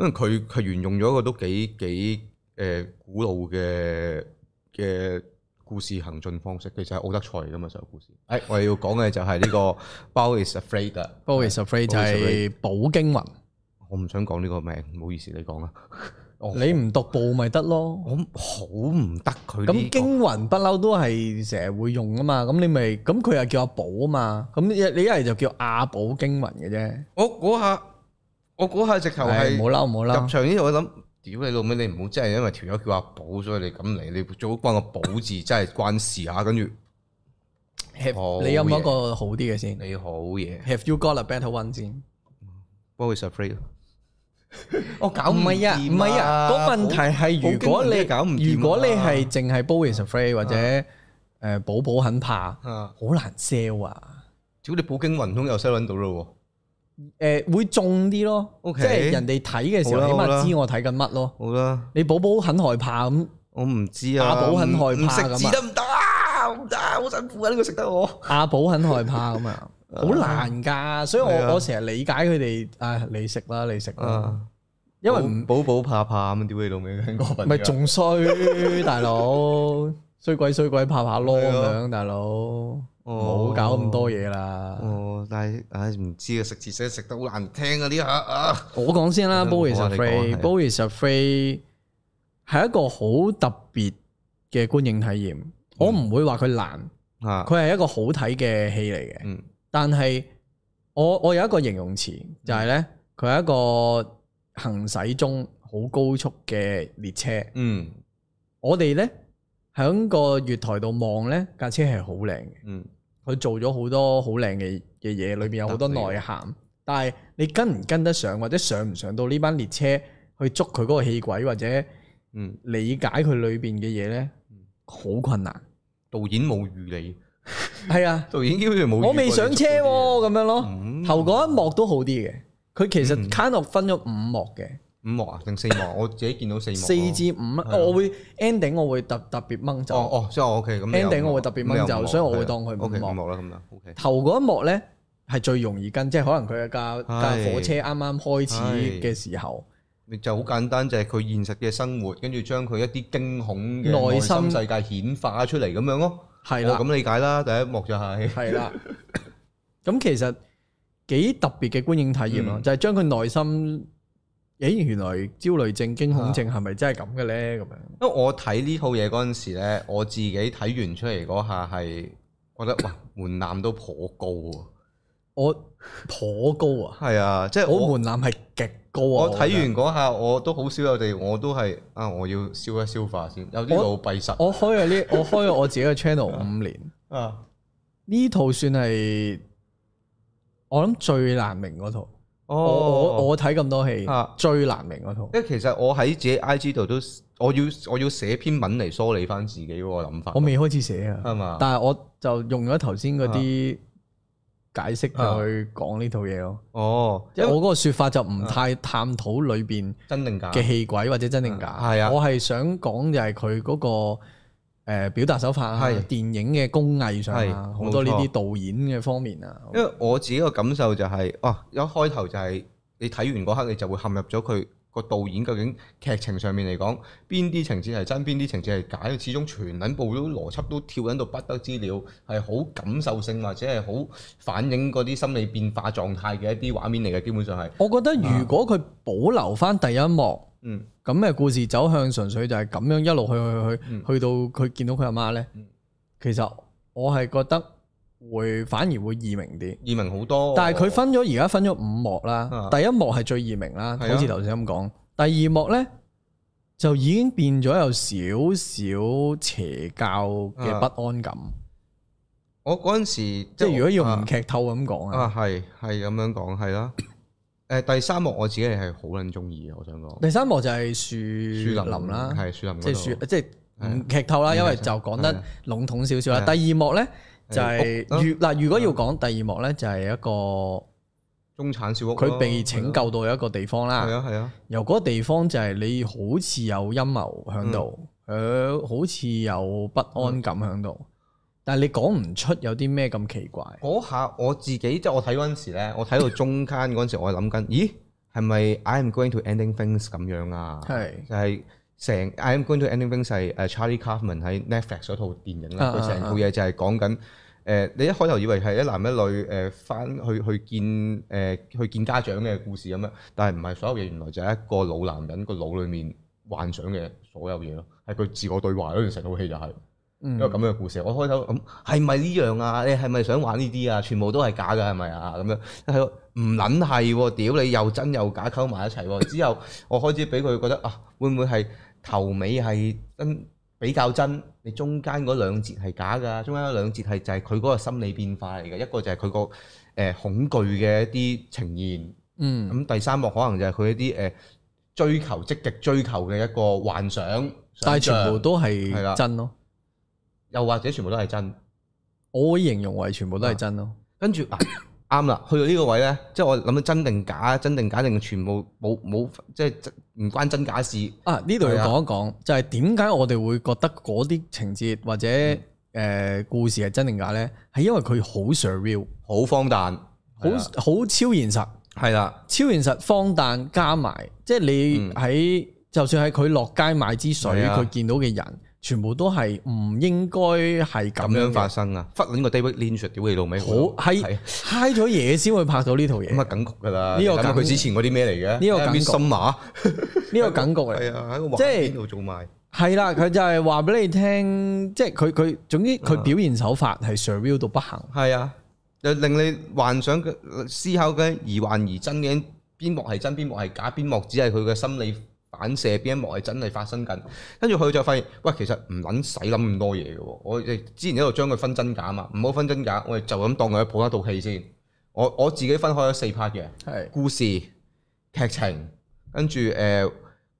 因為佢佢沿用咗一個都幾幾誒、呃古老嘅嘅故事行進方式，其實係奧德賽嚟噶嘛，所有故事。誒、哎我哋要講嘅就係呢、個 Bow is afraid 啊。 b o y s Afraid 就 Bow is 係 Afraid 寶經文，我唔想講呢個名，唔好意思，你講啊。我你唔讀報咪得咯。我好唔得佢哦呢咁個。經雲不嬲都係成日會用啊嘛，咁你咪咁佢又叫阿寶啊嘛，咁你一你一係就叫阿寶經雲嘅啫，我嗰下，我嗰下直頭唉係唔好嬲唔好入嬲，場呢度，我諗。屌你老味，你唔好真係因為條友叫阿寶，所以你咁嚟，你做好關個寶字真係關事啊！跟住好你有冇嘢一個好啲嘅先你好嘢？Have you got a better one 先？ ，Boy is afraid 我搞唔係啊，哦唔唔掂啊係啊，個問題係如好果好經文都搞唔掂你啊如果你係淨係 b o y s afraid 或者誒寶寶很怕，啊！好難 sell 啊。屌你寶經雲通又 sell 撚到咯誒呃會中啲咯 OK 即係人哋睇嘅時候，好起啦好啦碼知我睇緊乜咯。喎，好啦。你寶寶很害怕咁，我唔知啊，阿寶很唔害怕唔食咁啊字得唔得啊？唔得啊，好辛苦啊！呢個食得我。阿寶很害怕 咁啊，好難㗎。所以係啊我我成日理解佢哋啊，你食啦，你食啦，啊，因為唔寶寶怕怕咁，屌你老味，聽過份咪仲衰，大佬衰鬼衰鬼怕怕咯咁啊樣，大佬唔好搞咁多嘢。嘢啦。哦，但係唉唔知啊，食字寫食得好難聽啊！呢下啊，我講先啦嗯，Boys 好啊你講係 Afraid，Boys Afraid 係一個好特別嘅觀影體驗。我唔會話佢難，啊，佢係一個好睇嘅戲嚟嘅。嗯但係我我有一個形容詞就係呢：佢係一個行駛中好高速嘅列車。嗯我哋呢，喺個月台度望呢架車係好靚嘅。嗯，佢做咗好多好靚嘅嘅嘢，裏邊有好多內涵。啊但係你跟唔跟得上，或者上唔上到呢班列車去捉佢嗰個氣軌，或者嗯，理解佢裏邊嘅嘢呢，好困難。導演冇預你，係啊，導演基本上冇預過你做嗰啲嘢。我未上車喎，咁樣咯。嗯頭嗰一幕都好啲嘅，佢其實嗯 kind of 分咗五幕嘅，五幕啊定四幕？我自己見到四幕咯。四至五幕。係啊我會 ending 我會特特別掹哦走。哦，所以我 OK 咁你有 ending 五幕我會特別掹走所以我會當佢五啊 OK 幕五幕啦咁樣 OK。頭嗰一幕呢，係最容易跟，即係可能佢架架係火車啱啱開始係嘅時候。咪就好簡單，就係佢現實嘅生活，跟住將佢一啲驚恐嘅內內心心世界顯化出嚟咁樣咯。我係啦，咁理解啦，第一幕就係係啦。咁其實幾特別嘅觀影體驗咯，嗯就係將佢內心，咦，原來焦慮症、驚恐症係咪真係咁嘅咧？咁樣因為我睇呢套嘢嗰陣時咧，我自己睇完出嚟嗰下係覺得哇門檻都頗高喎。我頗高啊，係啊，即係我我門檻係極高啊！我睇覺得，完嗰下，我都好少有地，我都係啊，我要消一消化先，有啲腦我閉塞我開咗呢， 我開咗我自己嘅 channel 五年，啊。呢套算係我諗最難明嗰套。哦，我我我睇咁多戲啊，最難明嗰套。因為其實我喺自己 I G 度都，我要我要寫篇文嚟梳理翻自己嗰個諗法我，未開始寫啊。係嘛？但係我就用咗頭先嗰啊啲解釋去講呢套嘢咯。哦，即係我嗰個說法就啊唔太探討裏邊真定假嘅氣軌或者真定假，啊係啊我係想講就係佢嗰個誒表達手法啊，係電影嘅工藝上啊，係好多呢冇啲錯導演嘅方面啊。因為我自己個感受就係、啊，一開頭就係你睇完嗰刻，你就會陷入咗佢個導演究竟劇情上面嚟講，邊啲情節係真，邊啲情節係假，始終全撚部都邏輯都跳撚到不得之了，係好感受性或者係好反映嗰啲心理變化狀態嘅一啲畫面嚟嘅，基本上係，我覺得如果佢保留翻第一幕。嗯，咁嘅故事走向純粹就係咁樣一路去去去去，嗯去到佢見到佢阿媽咧嗯，其實我係覺得會反而會易明啲。易明好多。但係佢分咗而家分咗五幕啦哦啊，第一幕係最易明啦，係啊好似頭先咁講。第二幕咧就已經變咗有少少邪教嘅不安感，我嗰陣時，即嗯係係如果要啊唔劇透咁講啊。啊，係係咁樣講係啦。誒、第三幕我自己係好撚中意嘅，我想講第三幕就係樹樹林林啦，係樹林嗰即係度樹即係係啊唔劇透啦，唔因為劇就透講係得啊籠統少少啦。係啊第二幕咧就係係屋啊如嗱，如果要講第二幕咧，就係一個中產小屋咯，佢被拯救到一個地方係啦。啊係啊，由嗰個地方就係你好似有陰謀喺度，嗯誒好似有不安感喺度，但係你講唔出有啲咩咁奇怪。嗰下我自己即係我睇嗰陣時咧，我睇到中間嗰陣時，我係諗緊，咦係咪 I'm going to ending things 咁樣啊？係就係成 I am going to ending things 係誒 Charlie Kaufman 喺 Netflix 嗰套電影啦，啊佢成啊套嘢就係講緊誒，你一開頭以為係一男一女誒翻去去見誒、去見家長嘅故事咁樣，但係唔係所有嘢原來就係一個老男人個腦裡面幻想嘅所有嘢咯，係佢自我對話嗰段成套戲就係、因嗯為咁樣嘅故事，我開頭咁係咪呢樣啊？你係咪想玩呢啲啊？全部都係假㗎，係咪啊？咁樣係唔撚係喎？屌你又真又假溝埋一齊 喎！之後我開始俾佢覺得啊，會唔會係頭尾係真比較真？你中間嗰兩節係假㗎，中間嗰兩節係就係佢嗰個心理變化嚟嘅，一個就係佢個誒恐懼嘅一啲呈現。嗯咁第三幕可能就係佢一啲誒呃追求積極追求嘅一個幻想，但係全部想像都係啦係真咯，又或者全部都係真。我會形容為全啊部都係真咯。跟住嗱啱啦，去到呢個位咧，即係我諗到真定假，真定假定全部冇冇，即係唔關真假事。啊，呢度係啊要講一講，就係點解我哋會覺得嗰啲情節或者嗯誒、呃故事係真定假咧？係因為佢好 surreal，好荒誕，好啊好超現實。係啦，超現實荒誕加埋，即係你喺、就算係佢落街買支水，嗯係啊佢、見到嘅人全部都係唔應該係咁咁樣樣發發，生啊！忽撚個 David Lynch 屌你老味，好係嗨咗嘢先會拍到呢套嘢，咁啊呢梗局㗎啦。呢個你諗下梗佢之前嗰啲咩嚟嘅？呢個梗局心馬個感覺嚟。係啊，喺個即畫係面度做埋。係啦，佢就係話俾你聽，即係佢佢總之啊佢表現手法係 surreal 到不行。係啊，就令你幻想嘅思考嘅疑幻疑真嘅邊幕係真，邊幕係假，邊幕只係佢嘅心理反射，邊一幕係真係發生緊。跟住佢就發現，喂，其實唔撚使諗咁多嘢嘅喎。我哋之前一路將佢分真假嘛，唔好分真假，我哋就咁當佢普一套戲先。我我自己分開咗四 part 嘅係故事、劇情，跟住誒、呃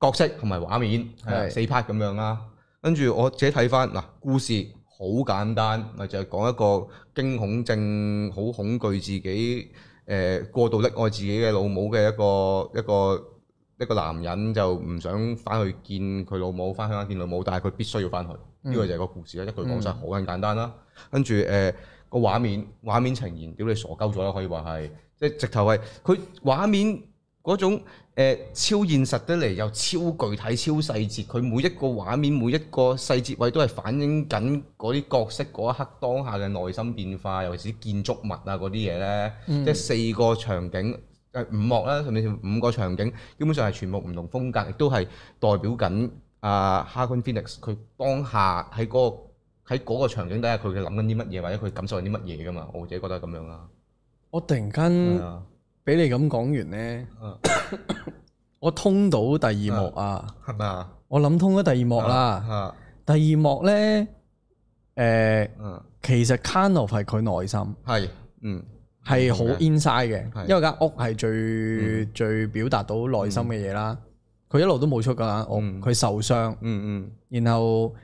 角色同埋畫面，係啊係四 part 咁樣啦。跟住我自己睇翻嗱，故事好簡單，咪就係、講一個驚恐症，好恐懼自己，誒、呃過度溺愛自己嘅老母嘅一個一個一個男人就唔想翻去見佢老母，翻鄉下見老母，但係佢必須要翻去，呢個就係個故事啦。一句講晒好撚簡單啦。跟住誒個畫面畫面呈現，屌你傻鳩咗啦，可以話係，即係直頭係佢畫面嗰種、呃、超現實得嚟又超具體、超細節，佢每一個畫面、每一個細節位都係反映緊嗰啲角色嗰一刻當下嘅內心變化，尤其是啲建築物啊嗰啲嘢咧，即係四個場景。誒五幕啦，甚至乎五個場景，基本上係全部唔同風格，亦都係代表緊啊 h a r k o n Phoenix 佢當下喺嗰、個喺嗰個場景底下，佢嘅諗緊啲乜嘢，或者佢感受緊啲乜嘢噶嘛？我自己覺得咁樣啊啦。我突然間係啊，俾你咁講完咧嗯， 我通到第二幕啊！係咪啊？我諗通咗第二幕啦。啊，第二幕咧，誒，嗯，其實 kind of 係佢內心係，嗯，係好嗯 inside 係嘅，嗯因為間屋係最最表達到內心嘅嘢啦。佢一路都冇出嗰間屋，嗯佢受傷，嗯嗯，然後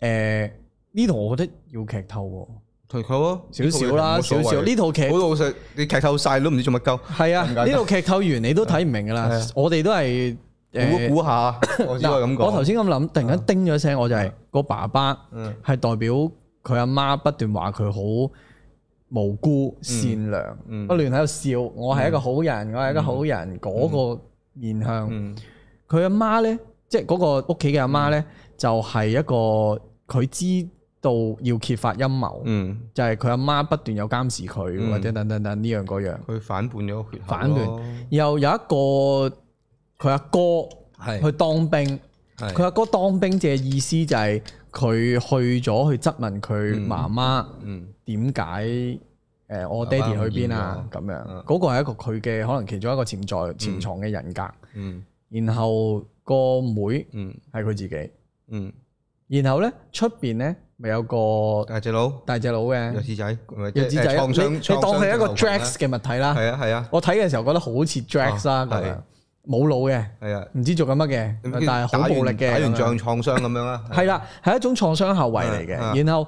誒呢度我覺得要劇透退啊佢咯，喎，少少啦，冇所少謂少呢套劇好老實，你劇透晒都唔知做乜鳩，係啊，咁簡單呢套劇透完你都睇唔明㗎啦係啊，我哋都係呃誒估估下，我只可以咁嗱，講。啊我頭先咁諗，突然間叮咗一聲，我就係個爸爸嗯係代表佢阿媽不斷話佢好無辜、善良，嗯不斷喺度笑，我係一個好人，我係一個好人嗰個面向。嗯佢阿媽呢，即係嗰個屋企嘅阿媽呢，就係一個佢知道要揭發陰謀，嗯，就係佢阿媽不斷有監視佢嗯或者等等等呢樣嗰樣。佢反叛咗個血口咯反叛又有一個佢阿哥係去當兵。係佢阿哥當兵嘅意思就係佢去咗去質問佢媽媽嗯點解誒我爹哋去邊啊咁嗯樣，嗰個係一個佢嘅可能其中一個潛在潛藏嘅人格。嗯然後個妹嗯係佢自己，嗯，然後咧出邊咧咪有個大隻佬。大隻佬弱嘅智仔，弱弱智仔，啊創傷你你當佢係一個 Drax 嘅物體啦。啊係啊係啊我睇嘅時候覺得好似 Drax 啦啊咁係樣，冇腦嘅，係啊，唔知做緊乜嘅，但係好暴力嘅打咁完樣仗創傷咁樣啊啦，係啦，係一種創傷後遺嚟啊啊嘅。然後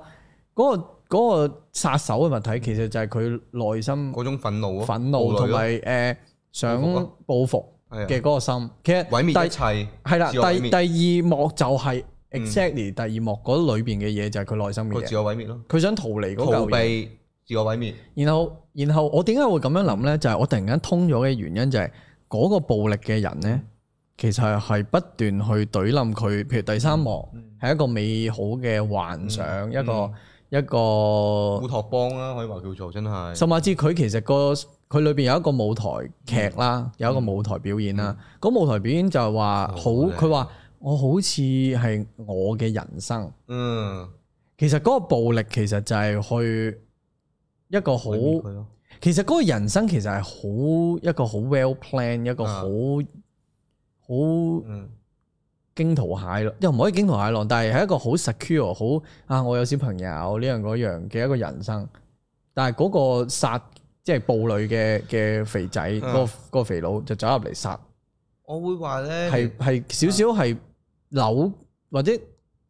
嗰、個嗰、個殺手嘅物體其實就係佢內心嗰種憤怒啊，憤怒同埋誒想報復咯報復嘅嘅嗰個心。其實啊毀滅一第切，係啦，自我毀第滅第二幕就係 exactly 第二幕嗰裏邊嘅嘢就係佢內心嘅個嘢。自我毀滅咯，佢想逃離嗰逃嚿嘢。避自我毀滅，然後然後我點解會咁樣諗咧？就係、我突然間通咗嘅原因就係、嗰個暴力嘅人咧，其實係不斷去懟冧佢，譬如第三幕係一個美好嘅幻想，一個一個烏托邦啦，可以話叫做真係。甚至佢其實個佢裏邊有一個舞台劇啦，有一個舞台表演啦。嗰舞台表演就係話哦好，靚佢話我好似係我嘅人生。嗯，其實嗰個暴力其實就係去一個好，毀滅佢咯其實嗰個人生其實係好一個好 well plan，一個啊好好嗯驚濤駭浪，又唔可以驚濤駭浪，但係係一個好 secure、好啊我有小朋友呢樣嗰樣嘅一個人生。但係嗰個殺即係暴女嘅嘅肥仔，嗰、個嗰個肥佬就走入嚟殺，我會話咧係係少少係扭或者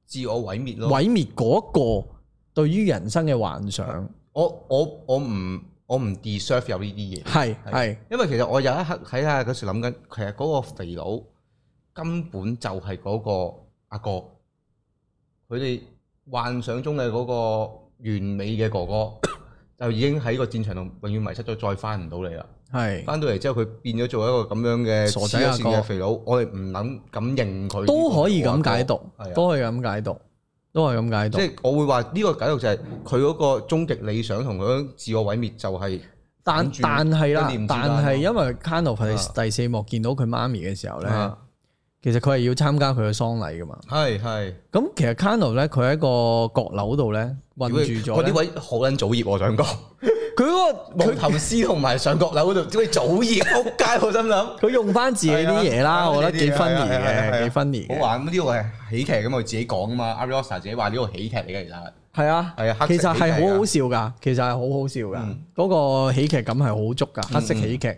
自我毀滅咯。毀滅嗰個對於人生嘅幻想，我我我唔我唔 deserve 有呢啲嘢。係係因為其實我有一刻喺啊下嗰時諗緊，其實嗰個肥佬根本就係嗰個阿哥，佢哋幻想中嘅嗰個完美嘅哥哥， 就已經喺個戰場度永遠迷失咗，再翻唔到嚟啦。係翻到嚟之後，佢變咗做一個咁樣嘅傻仔阿哥黐咗線嘅肥佬，我哋唔諗咁認佢。都可以咁解讀係，啊都可以咁解讀，都係咁解讀即。係我會話呢個解讀就係佢嗰個終極理想同佢嗰種自我毀滅就係但反轉但係啦一念，之但間咯係因為 c a n d l 啊第四幕見到佢媽咪嘅時候咧。啊其實佢係要參加佢嘅喪禮噶嘛。係係咁其實 Cano 咧，佢喺個閣樓度咧困住咗嗰呢啲位好撚早業，我想講。佢嗰個無佢頭絲同埋上閣樓嗰度，只可以早熱仆街，我心諗。 佢用翻自己啲嘢係啦，啊我覺得幾係啊係啊 funny 係啊係啊嘅，幾 funny 好嘅。玩呢個係喜劇咁，我自己講啊嘛。阿 r o s a 自己話呢個喜劇嚟嘅，其實係啊係啊黑，色其實係喜劇好啊好笑㗎，其實係好好笑㗎嗯。嗰個喜劇感係好足㗎，黑色喜劇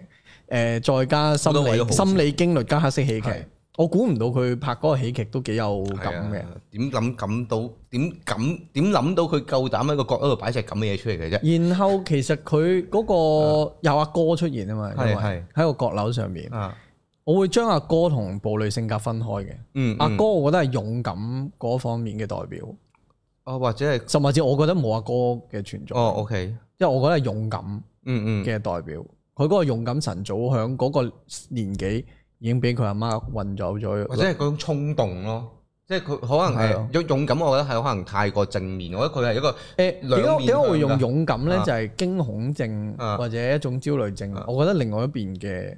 誒，再好多加心位都理好笑心理驚慄加黑色喜劇係。我估唔到佢拍嗰個喜劇都幾有感嘅係。啊點諗感到？點感？點諗到佢夠膽喺個角落度擺隻咁嘅嘢出嚟嘅啫？然後其實佢 嗰個有阿哥出現啊嘛，因為係係喺個閣樓上面。啊，我會將阿哥同暴女性格分開嘅。嗯，阿嗯哥，我覺得係勇敢嗰方面嘅代表，哦，或者係甚至我覺得冇阿哥嘅存在，哦，OK，因為我覺得係勇敢嗯嗯，嘅代表。佢嗰個勇敢神早響嗰個年紀已經俾佢阿媽運走咗，或者係嗰種衝動咯。即係佢可能係啊係勇勇敢，我覺得係可能太過正面。我覺得佢係一個誒點兩面向解㗎點解我會用勇敢咧？啊就係驚恐症啊或者一種焦慮症啊，我覺得另外一邊嘅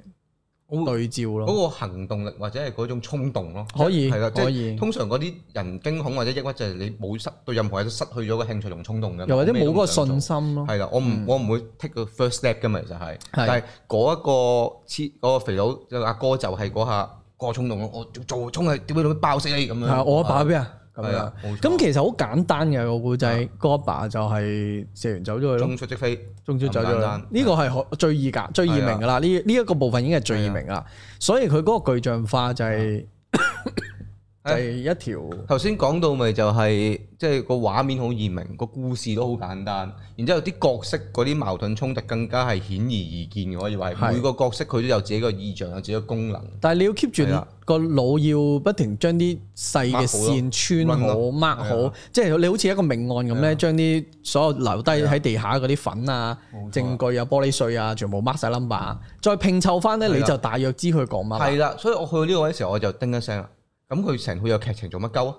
對照咯，嗰個行動力或者係嗰種衝動咯。可以係啦，即係可以，通常嗰啲人驚恐或者抑鬱就係你冇失對任何嘢都失去咗個興趣同衝動嘅，又或者冇嗰個咩都唔信想心做。咯，係啦，我唔我唔會 take 個 first step 嘅嘛，其實係。但係係嗰一個黐嗰個肥佬就阿哥就係嗰下個衝動咯，我做做衝係點樣爆死你咁係啊樣。我阿爸俾啊咁係樣啊。，冇錯咁其實好簡單嘅個故仔，個阿爸就係射完走咗佢咯，衝出即飛，中招走咗咁簡佢啦單。啊呢個係可最易㗎，最易明㗎啦。呢呢一個部分已經係最易明㗎啦。所以佢嗰個具象化就係啊 就係一條頭先講到咪就係即係個畫面好易明，個故事都好簡單，然之後啲角色嗰啲矛盾衝突更加係顯而易見嘅，我以為係係每個角色佢都有自己個意象，有自己嘅功能。但係你要 keep 住係啊個腦要不停將啲細嘅線 mark 穿好咯好 mark 係好啊，即係你好似一個命案咁係啊咧，將啲所有留低係啊喺地下嗰啲粉啊冇、錯證據啊、玻璃碎啊，全部 mark 晒 number，啊再拼湊翻咧，係啊你就大約知佢講乜啦。係啦，所以我去到呢個位嘅時候，我就叮一聲啦。咁佢成套有劇情做乜鳩啊？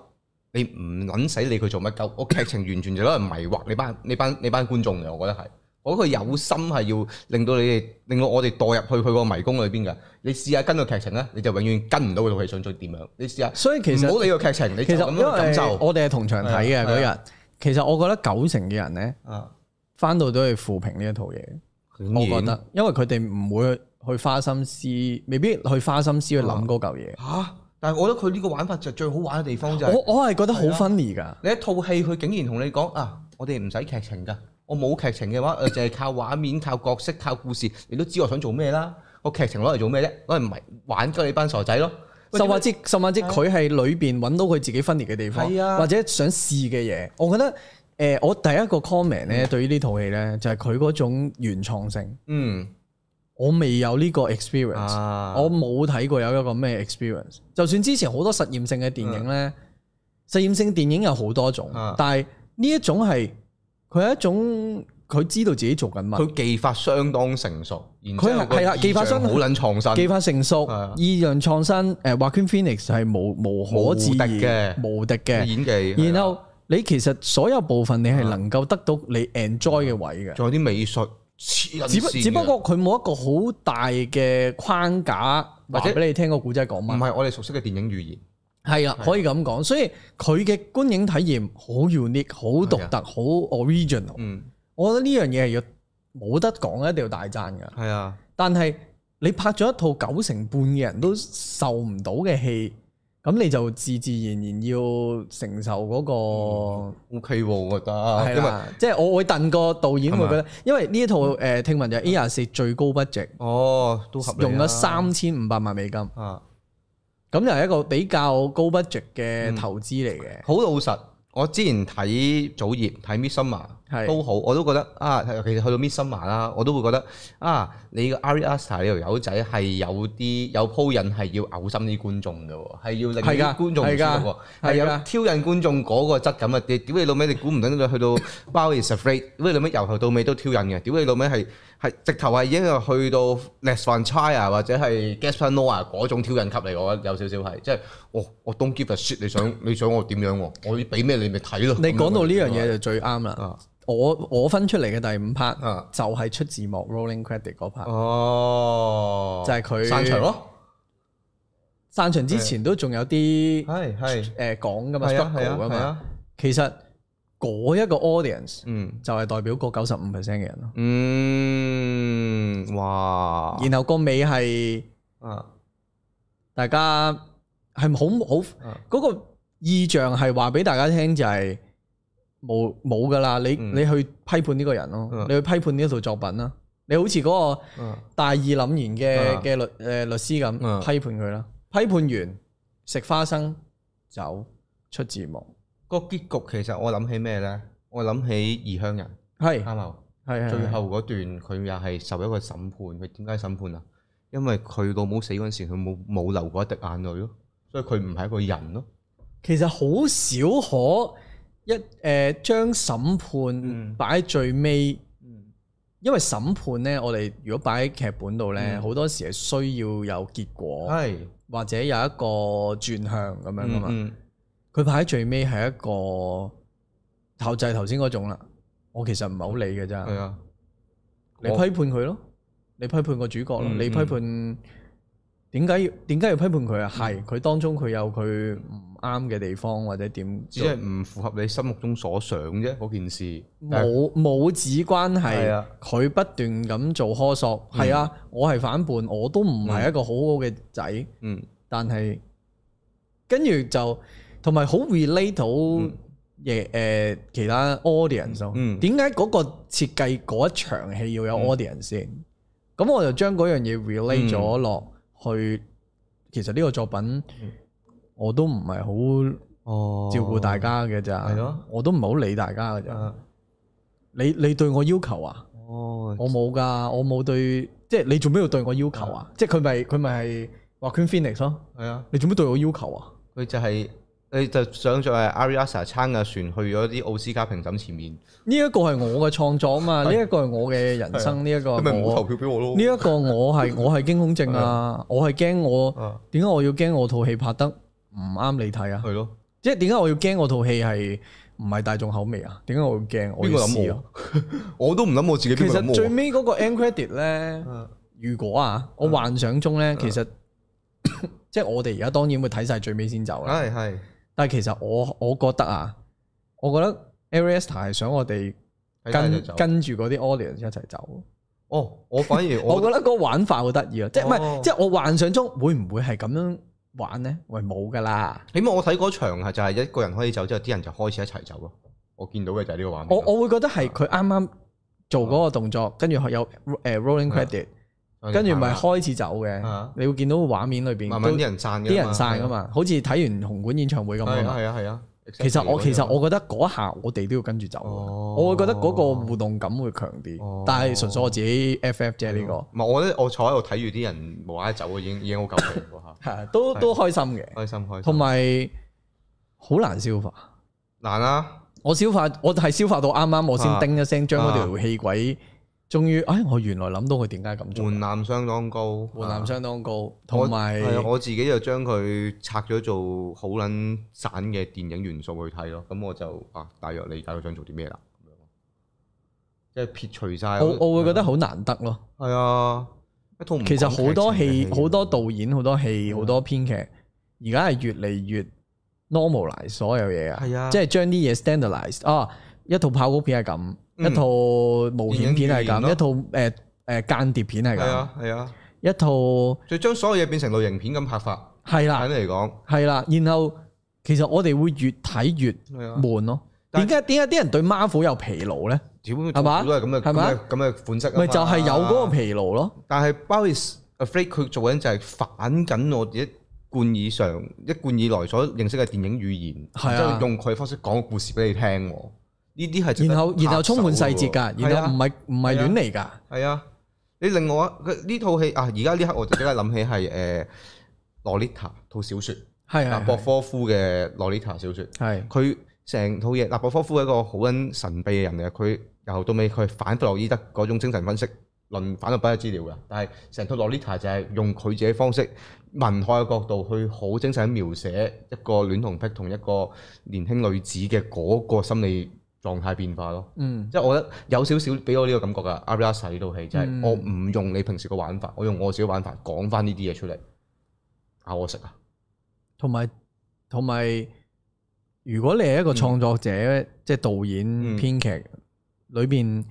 你唔撚使理佢做乜鳩，我劇情完全就攞嚟迷惑你班你班你班觀眾嘅，我覺得係。我覺得佢有心係要令到你哋，令到我哋代入去佢個迷宮裏邊嘅。你試下跟個劇情咧，你就永遠跟唔到佢套戲想做點樣。你試下，所以其實唔好理個劇情，你其就實咁因樣感為受。我哋係同場睇嘅係啊係嗰日，其實我覺得九成嘅人咧啊，翻到都係負評呢一套嘢，我我覺得，因為佢哋唔會去花心思，未必去花心思去諗啊嗰嚿嘢。嚇，但係我覺得佢呢個玩法就最好玩嘅地方就係、我我係覺得好係啊 funny 㗎，你一套戲，佢竟然同你講啊，我哋唔使劇情㗎，我冇劇情嘅話，誒就係靠畫面、靠角色、靠故事，你都知我想做咩啦。個劇情攞嚟做咩啫？攞嚟唔係玩鳩你班傻仔咯。喂甚或之甚或之佢係裏邊揾到佢自己 funny 嘅地方係，啊或者想試嘅嘢。我覺得誒，我第一個 comment 咧，對於呢套戲咧，就係佢嗰種原創性，嗯我未有呢個 experience。啊，我冇睇過有一個咩 experience。就算之前好多實驗性嘅電影呢，實驗性電影有好多種嗯，但係呢一種係佢係一種佢知道自己做緊乜，佢技法相當成熟，然之後佢係個係啊技法意象相好撚創技新，法成熟係啊，意樣創新。誒 w a k i n Phoenix 係無無可置疑無敵嘅無敵嘅。演技。然後你其實所有部分你係能夠得到你 enjoy 嘅位嘅。仲有啲美術，黐撚只不線嘅只不過佢冇一個好大嘅框架，或話者俾你聽個古仔講唔乜。係我哋熟悉嘅電影語言。係啊，可以咁講。所以佢嘅觀影體驗好 unique、好啊獨特、好 original。嗯，我覺得呢樣嘢係要冇得講，一定要大讚噶。係啊，但係你拍咗一套九成半嘅人都受唔到嘅戲，咁你就自自然然要承受嗰、個。 OK 喎，我覺得，係嗯因為啦，即係我會戥個導演會覺係得，因為呢一套誒聽聞就 A 廿四最高 budget，哦都合理啊用咗三千五百萬美金，咁啊，就係一個比較高 budget 嗯嘅投資嚟嘅。好老實。我之前睇祖業睇 Midsummer 係都好，我都覺得啊，尤其是去到 Midsummer 啦，我都會覺得啊，你個 Ari Aster 呢條友仔係有啲有鋪引係要嘔心啲觀眾嘅喎，係要令係㗎啲觀眾唔舒服喎，係㗎啊係有係㗎挑釁觀眾嗰個質感啊！屌你老味，你估唔到你去到 Bow is Afraid，屌你老味由頭到尾都挑釁嘅，屌你老味係係直頭係已經係去到 Les Van Trier 啊或者係 Gaspar Noa 啊嗰種挑釁級嚟，我覺得有少少係即係我我 don't give a shit，你想你想我點樣喎？我要俾咩你咪睇咯。你講到呢樣咁嘢就最啱啦。啊我我分出嚟嘅第五 part 啊就係出字幕 rolling credit 嗰 part，哦，就係佢散場咯，散場之前都仲有啲係係誒講噶嘛係啊係 struggle 啊噶係嘛。啊，其實嗰一個 audience 嗯就係代表嗰九十五 percent 嘅人咯。嗯，哇然後個尾係啊大家係好啊好嗰個意象係話俾大家聽就係冇冇噶啦，你嗯你去批判呢個人咯嗯，你去批判呢一套作品啦。你好似嗰個啊大義凛然啊嘅嘅律誒律師咁啊批判佢啦，批判完食花生走出字幕，個結局其實我諗起咩咧？我諗起異鄉人係啱冇？係啊最係後嗰段佢又係受一個審判，佢點解審判啊？因為佢老母死嗰陣時，佢冇冇流過一滴眼淚咯，所以佢唔係一個人咯。其實好少可一誒、呃、將審判嗯擺喺最尾，嗯因為審判咧，我哋如果擺喺劇本度嗯咧，好、多時係需要有結果係或者有一個轉向咁樣噶嘛。啊嗯佢擺喺最尾係一個頭就係頭先嗰種啦。我其實唔係好理嘅咋，係啊，你批判佢咯，你批判個主角咯，嗯嗯你批判點解要點解要批判佢啊？係佢當中佢有佢唔啱嘅地方或者點，只係唔符合你心目中所想啫，嗰件事。冇母子關係係啊，佢不斷咁做苛索，係啊，我係反叛，我都唔係一個好好嘅仔，嗯但係跟住就同埋好 relate 到嘢誒其他 audience 咯嗯點解嗰個設計嗰一場戲要有 audience 先？咁我就將嗰樣嘢嗯 relate 咗落去，其實呢個作品嗯我都唔係好哦照顧大家嘅咋，係咯我都唔係好理大家嘅咋。啊你你對我要求啊？哦，我冇噶，我冇對，即係你做咩要對我要求啊？即係佢咪佢咪係話 Queen Phoenix 咯？係啊，你做咩對我要求啊？佢就係佢就想像係 Ari Aster 撐架船去咗啲奧斯卡評審前面，呢一個係我嘅創作啊嘛，呢一個係我嘅人生，呢一個啊咁咪係冇投我票俾我咯。哦啊呢一個 我係我係驚恐症啊！我係驚我啊點解我要驚我套戲拍得唔啱你睇啊？係咯，即係點解我要驚我套戲係唔係大眾口味啊？點解我要驚？我邊要個試諗啊我？？我都唔諗我自己其邊個諗實我。最尾嗰個 end credit 咧。啊如果啊，我幻想中咧，其實 即係我哋而家當然會睇晒最尾先走啦。係係。但係其實我我覺得啊，我覺得 Ariesta 係想我哋睇晒就跟走跟住嗰啲 audience 一齊走。哦，我 反而我我覺得個玩法好得意啊！即係唔哦係即係我幻想中會唔會係咁樣玩咧？喂，冇噶啦！起碼我睇嗰場係就係一個人可以走之後，啲人就開始一齊走咯。我見到嘅就係呢個畫面。我我會覺得啊係佢啱啱做嗰個動作，跟住有誒 rolling 嗯 credit，我跟住咪開始走嘅啊。你會見到個畫面裏邊慢慢都啲人散嘅，啊啲人散噶。嘛，好似睇完紅館演唱會咁啊係嘛啊。係啊係啊。其實我 exactly 其實我覺得嗰下我哋都要跟住走，哦我會覺得嗰個互動感會強啲，哦但係純粹我自己 FF 啫呢、。唔係我覺得我坐喺度睇住啲人無啦啦走，已經已經好夠皮喎嚇個，係都係都開心嘅，開心開心。同埋好難消化，難啦，我消化，我係消化到啱啱我先啊叮一聲，將嗰條啊氣軌，終於，哎，我原來諗到佢點解咁做，門檻相當高，門啊檻相當高，我同埋係啊我自己就將佢拆咗做好撚散嘅電影元素去睇咯，咁我就啊大約理解佢想做啲咩啦，咁樣咯即係撇除晒我嗰。我會覺得好難得咯。係啊，一套唔其實好多講劇情嘅戲、好多導演、好多戲、啊好多編劇，而家係越嚟越 normalize 所有嘢啊！係啊即係將啲嘢 standardize 啊！一套炮谷片係咁，嗯一套冒險片電係影語言咯咁，一套誒誒間諜片係係咁，啊係啊，一套就將所有嘢變成類型片咁拍法，係簡啦單嚟講係啦。然後其實我哋會越睇越係啊，悶咯。但點解點解啲人對 Marvel 有疲勞咧？屌都係嘛係咁嘅係嘛咁嘅咁嘅款式啊啊嘛咪就係有嗰個疲勞咯。但係 Boris Afraid 佢做緊就係反緊我哋一貫以上、一貫以來所認識嘅電影語言，係啊然之後用佢嘅方式講個故事俾你聽喎。呢啲係值得然後然後拍手充滿細節嘅㗎，喎然後唔係唔係係啊亂嚟㗎。係啊係啊，你令我佢呢套戲啊，而家呢刻我就即刻諗起係誒《洛麗塔》套小説，係納係博科夫嘅《洛麗塔》小説。係佢成套嘢，納博科夫係一個好撚神秘嘅人嚟嘅，佢由頭到尾佢係反弗洛伊德嗰種精神分析論反到不嘅資料嘅，但係成套《洛麗塔》就係用佢自己方式文學嘅角度去好精神咁描寫一個戀童癖同一個年輕女子嘅嗰個心理狀態變化咯。嗯。即係我覺得有少少俾我呢個感覺㗎，阿 r a s 呢套戲就嗯係我唔用你平時嘅玩法，我用我自己玩法講翻呢啲嘢出嚟，咬我食啊！同埋同埋，如果你係一個創作者，即係導演、嗯編劇裏邊，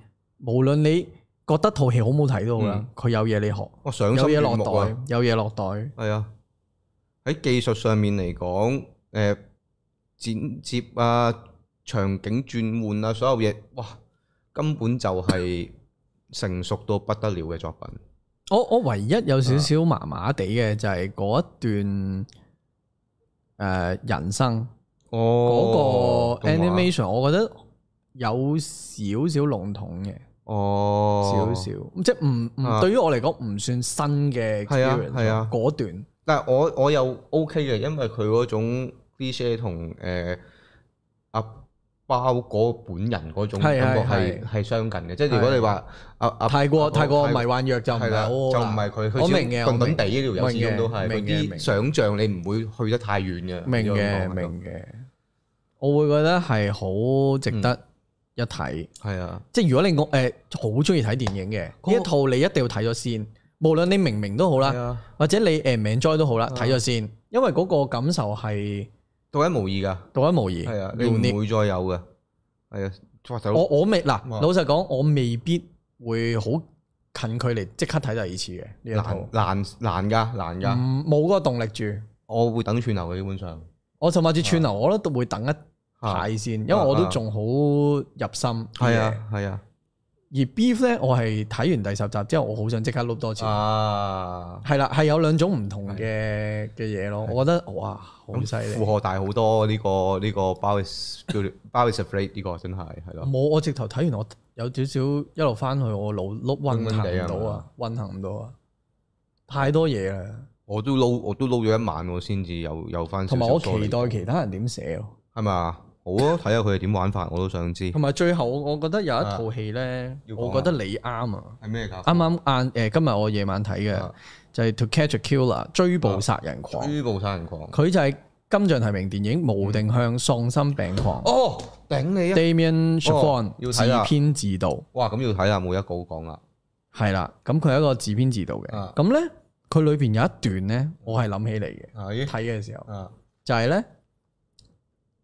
無論你覺得套戲好唔好睇都好啦，佢、有嘢你學，我上嗯心有嘢悅落目啊袋！，有嘢落袋，係啊，喺技術上面嚟講，誒、剪接啊、場景轉換啊，所有嘢，哇，根本就係成熟到不得了嘅作品。我我唯一有啊少少麻麻地嘅就係嗰一段誒、呃人生嗰哦，個 animation，我覺得有少少籠統嘅，哦少，少，即係唔唔啊對於我嚟講唔算新嘅係啊 experience 係啊咯嗰段。但係我我又 OK 嘅，因為佢嗰種 cliche 同誒阿包嗰本人嗰種係感覺係係係相近嘅，即係如果你話阿阿太過阿太過太過迷幻藥就唔啊係係啦，好就好唔啦係佢，佢我明嘅，我滾滾明地呢條友始明嘅終都係明嗰嘅啲想像，你唔會去得太遠嘅。明嘅明嘅，我會覺得係好值嗯得一睇。係啊，即係如果你我誒好中意睇電影嘅嗰個呢一套，你一定要睇咗先。無論你明唔明都好係啦，啊，或者你誒唔 enjoy 都好啦，啊睇咗先，因為嗰個感受係獨一無二㗎，獨一無二。係啊，你 unique 唔會再有嘅。係啊，哇大佬我我未嗱，哇老實講，我未必會好近距離即刻睇第二次嘅呢一難套，嗯難難㗎難㗎，唔冇嗰個動力住。我會等串流嘅基本上。我甚至串流，我都會等一啊排先，因為我都仲好入心。係啊係啊而 Beef 咧，我係睇完第十集之後，我好想即刻碌多次。啊，係啦，係有兩種唔同嘅嘅嘢咯。我覺得哇，好犀咁負利！荷大好多呢個呢個 b o w i s 叫 b o w i s Afraid 呢個真係係咯，冇，我直頭睇完我有少少一路翻去，我腦碌運行唔暈暈到地啊啊，運行唔到啊，太多嘢啦。我都撈我都撈咗一晚我先至有有翻少同少埋我 sorry。期待其他人點寫喎。係咪啊？好啊，睇下佢哋點玩法，我都想知。同埋最後，我我覺得有一套戲咧，要講啊我覺得你啱啊。係咩搞？啱啱晏誒，今日我夜晚睇嘅啊就係《To Catch a Killer》追捕殺人狂。追捕殺人狂。佢就係金像提名電影《無定向喪心病狂》哦，頂你啊！ ，Damian s h a f o n 要自睇啦啊編自導，哇，咁要睇啦，冇一個好講啦。係啦，咁佢係一個自編自導嘅啊。咁咧，佢裏邊有一段咧，我係諗起嚟 係嘅，睇嘅時候啊，就係咧，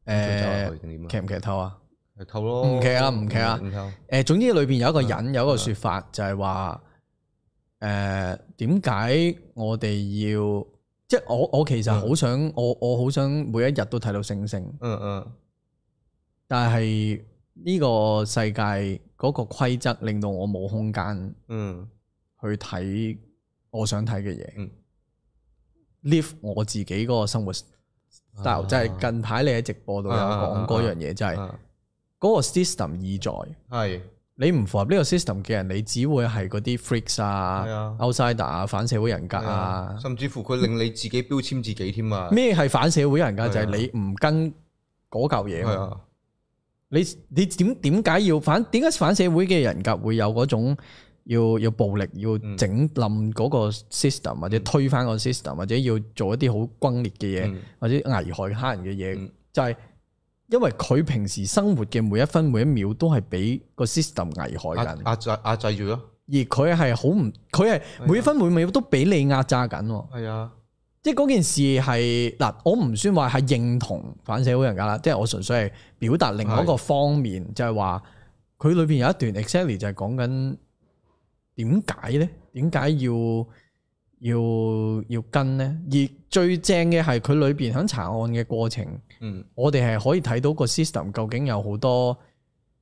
誒誒，定點啊？劇唔劇透啊？劇透咯，嗯唔劇啊唔劇啊唔劇。誒，總之裏邊有一個啊人有一個説法，就係話誒點解我哋要即係我我其實好想我我好想每一日都睇到星星。嗯嗯，但係呢個世界嗰個規則令到我冇空間嗯去睇我想睇嘅嘢。嗯 live 我自己嗰個生活 style，啊即係近排你喺直播度有講嗰樣嘢，就係啊嗰個 system 意在係你唔符合呢個 system 嘅人，你只會係嗰啲 freaks 係啊啊、 outsider 啊、反社會人格係啊啊。甚至乎佢令你自己標籤自己添啊。咩係反社會人格？係啊就係你唔跟嗰嚿嘢係嘛。啊，你你點點解要反？點解反社會嘅人格會有嗰種要要暴力、要嗯整冧嗰個 system，或者推翻個 system，或者要做一啲好轟烈嘅嘢，嗯或者危害他人嘅嘢？嗯就係因為佢平時生活嘅每一分每一秒都係俾個 system 危害壓緊，壓制壓制住咯，而佢係好唔，佢係啊每一分每一秒都俾你壓榨緊喎。係啊，即係嗰件事係嗱，我唔算話係認同反社會人格啦，即係我純粹係表達另外一個方面，就係話佢裏邊有一段 exactly 就係講緊點解咧？點解要要要跟咧？而最正嘅係佢裏邊喺查案嘅過程，嗯我哋係可以睇到個 system 究竟有好多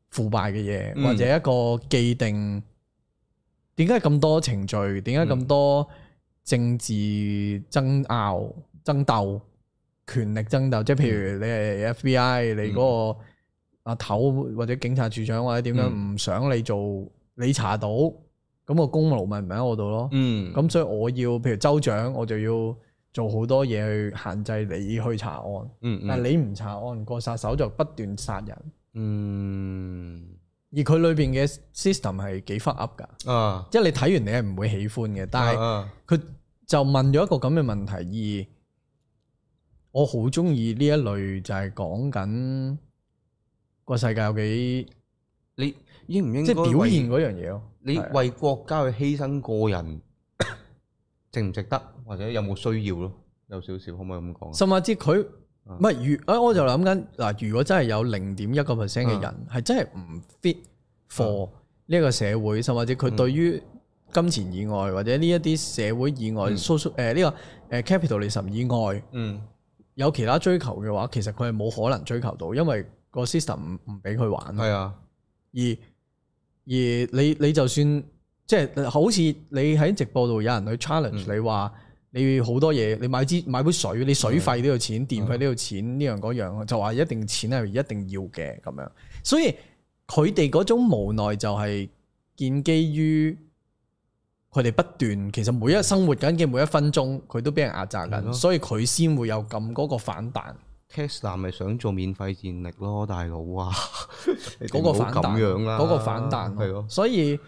腐敗嘅嘢，嗯或者一個既定點解咁多程序，嗯點解咁多政治爭拗、爭鬥、權力爭鬥，即係嗯譬如你係 FBI，你嗰個阿頭或者警察處長或者點樣嗯唔想你做，你查到咁個功勞咪唔喺我度咯。嗯，咁所以我要譬如州長，我就要做好多嘢去限制你去查案。嗯嗯但係你唔查案，個殺手就不斷殺人，嗯而佢裏邊嘅 system 係幾 fuck up 㗎，啊，即係你睇完你係唔會喜歡嘅。但係係佢就問咗一個咁嘅問題，而我好中意呢一類就係講緊個世界有幾你應唔應即該係表為現嗰樣嘢咯。你係啊為國家去犧牲個人 值唔值得，或者有冇需要咯？有少少可唔可以咁講啊？甚至佢啊唔係如啊，我就諗緊嗱，如果真係有零點一個 percent 啊嘅人係真係唔 fit for 呢一個社會，甚至佢對於金錢以外或者呢一啲社會以外、嗯嗯 social 誒呢個誒 capitalism 以外嗯有其他追求嘅話，其實佢係冇可能追求到，因為個 system 唔唔俾佢玩。係啊，而而你你就算即係好似你喺直播度有人去嗯 challenge 你話，你好多嘢，你買支買杯水，你嗯水費都要錢，電費都要錢，呢樣嗰樣，就話一定錢係一定要嘅咁樣。所以佢哋嗰種無奈就係建基於佢哋不斷，其實每一生活緊嘅每一分鐘，佢都俾人壓榨係緊，咯所以佢先會有咁嗰個反彈。 Tesla 咪想做免費電力咯，大佬啊！ 你哋嗰唔個好反咁彈，樣啦，嗰個反彈係咯，所以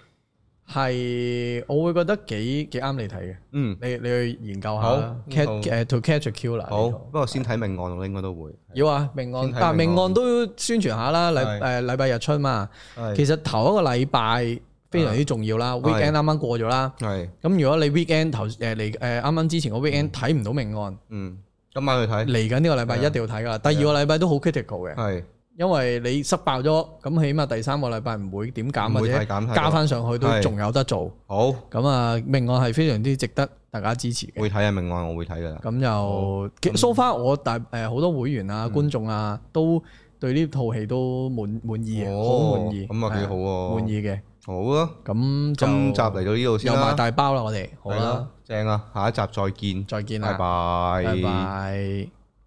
係我會覺得幾幾啱你睇嘅，嗯你你去研究下好啦。Catch 好誒 To Catch a Killer 好。呢不過先睇命案咯，應該都會套要啊命案先，睇但係命命案案都宣傳下啦。禮係誒禮拜日出嘛，係其實頭一個禮拜非常之重要啦。Weekend 啱啱過咗啦，係咁如果你 Weekend 頭誒嚟誒啱啱之前個 Weekend 睇唔到命案，嗯，今晚去睇嚟緊呢個禮拜一定要睇噶啦。第二個禮拜都好 critical 嘅。係因為你塞爆咗，咁起碼第三個禮拜唔會點減唔或會者太減太多加翻上去都係仲有得做。好咁啊，命案係非常之值得大家支持嘅。會睇啊命案，我會睇噶啦。咁就其 so far 我大誒好多會員啊、觀眾啊，都對呢套戲都滿滿意嘅，好哦滿意。咁啊幾好喎係滿意嘅。好啊，咁就今集嚟到呢度先又埋啦，大包啦，我哋好係啦啦，，正啊，下一集再見，再見啦拜，拜，拜拜。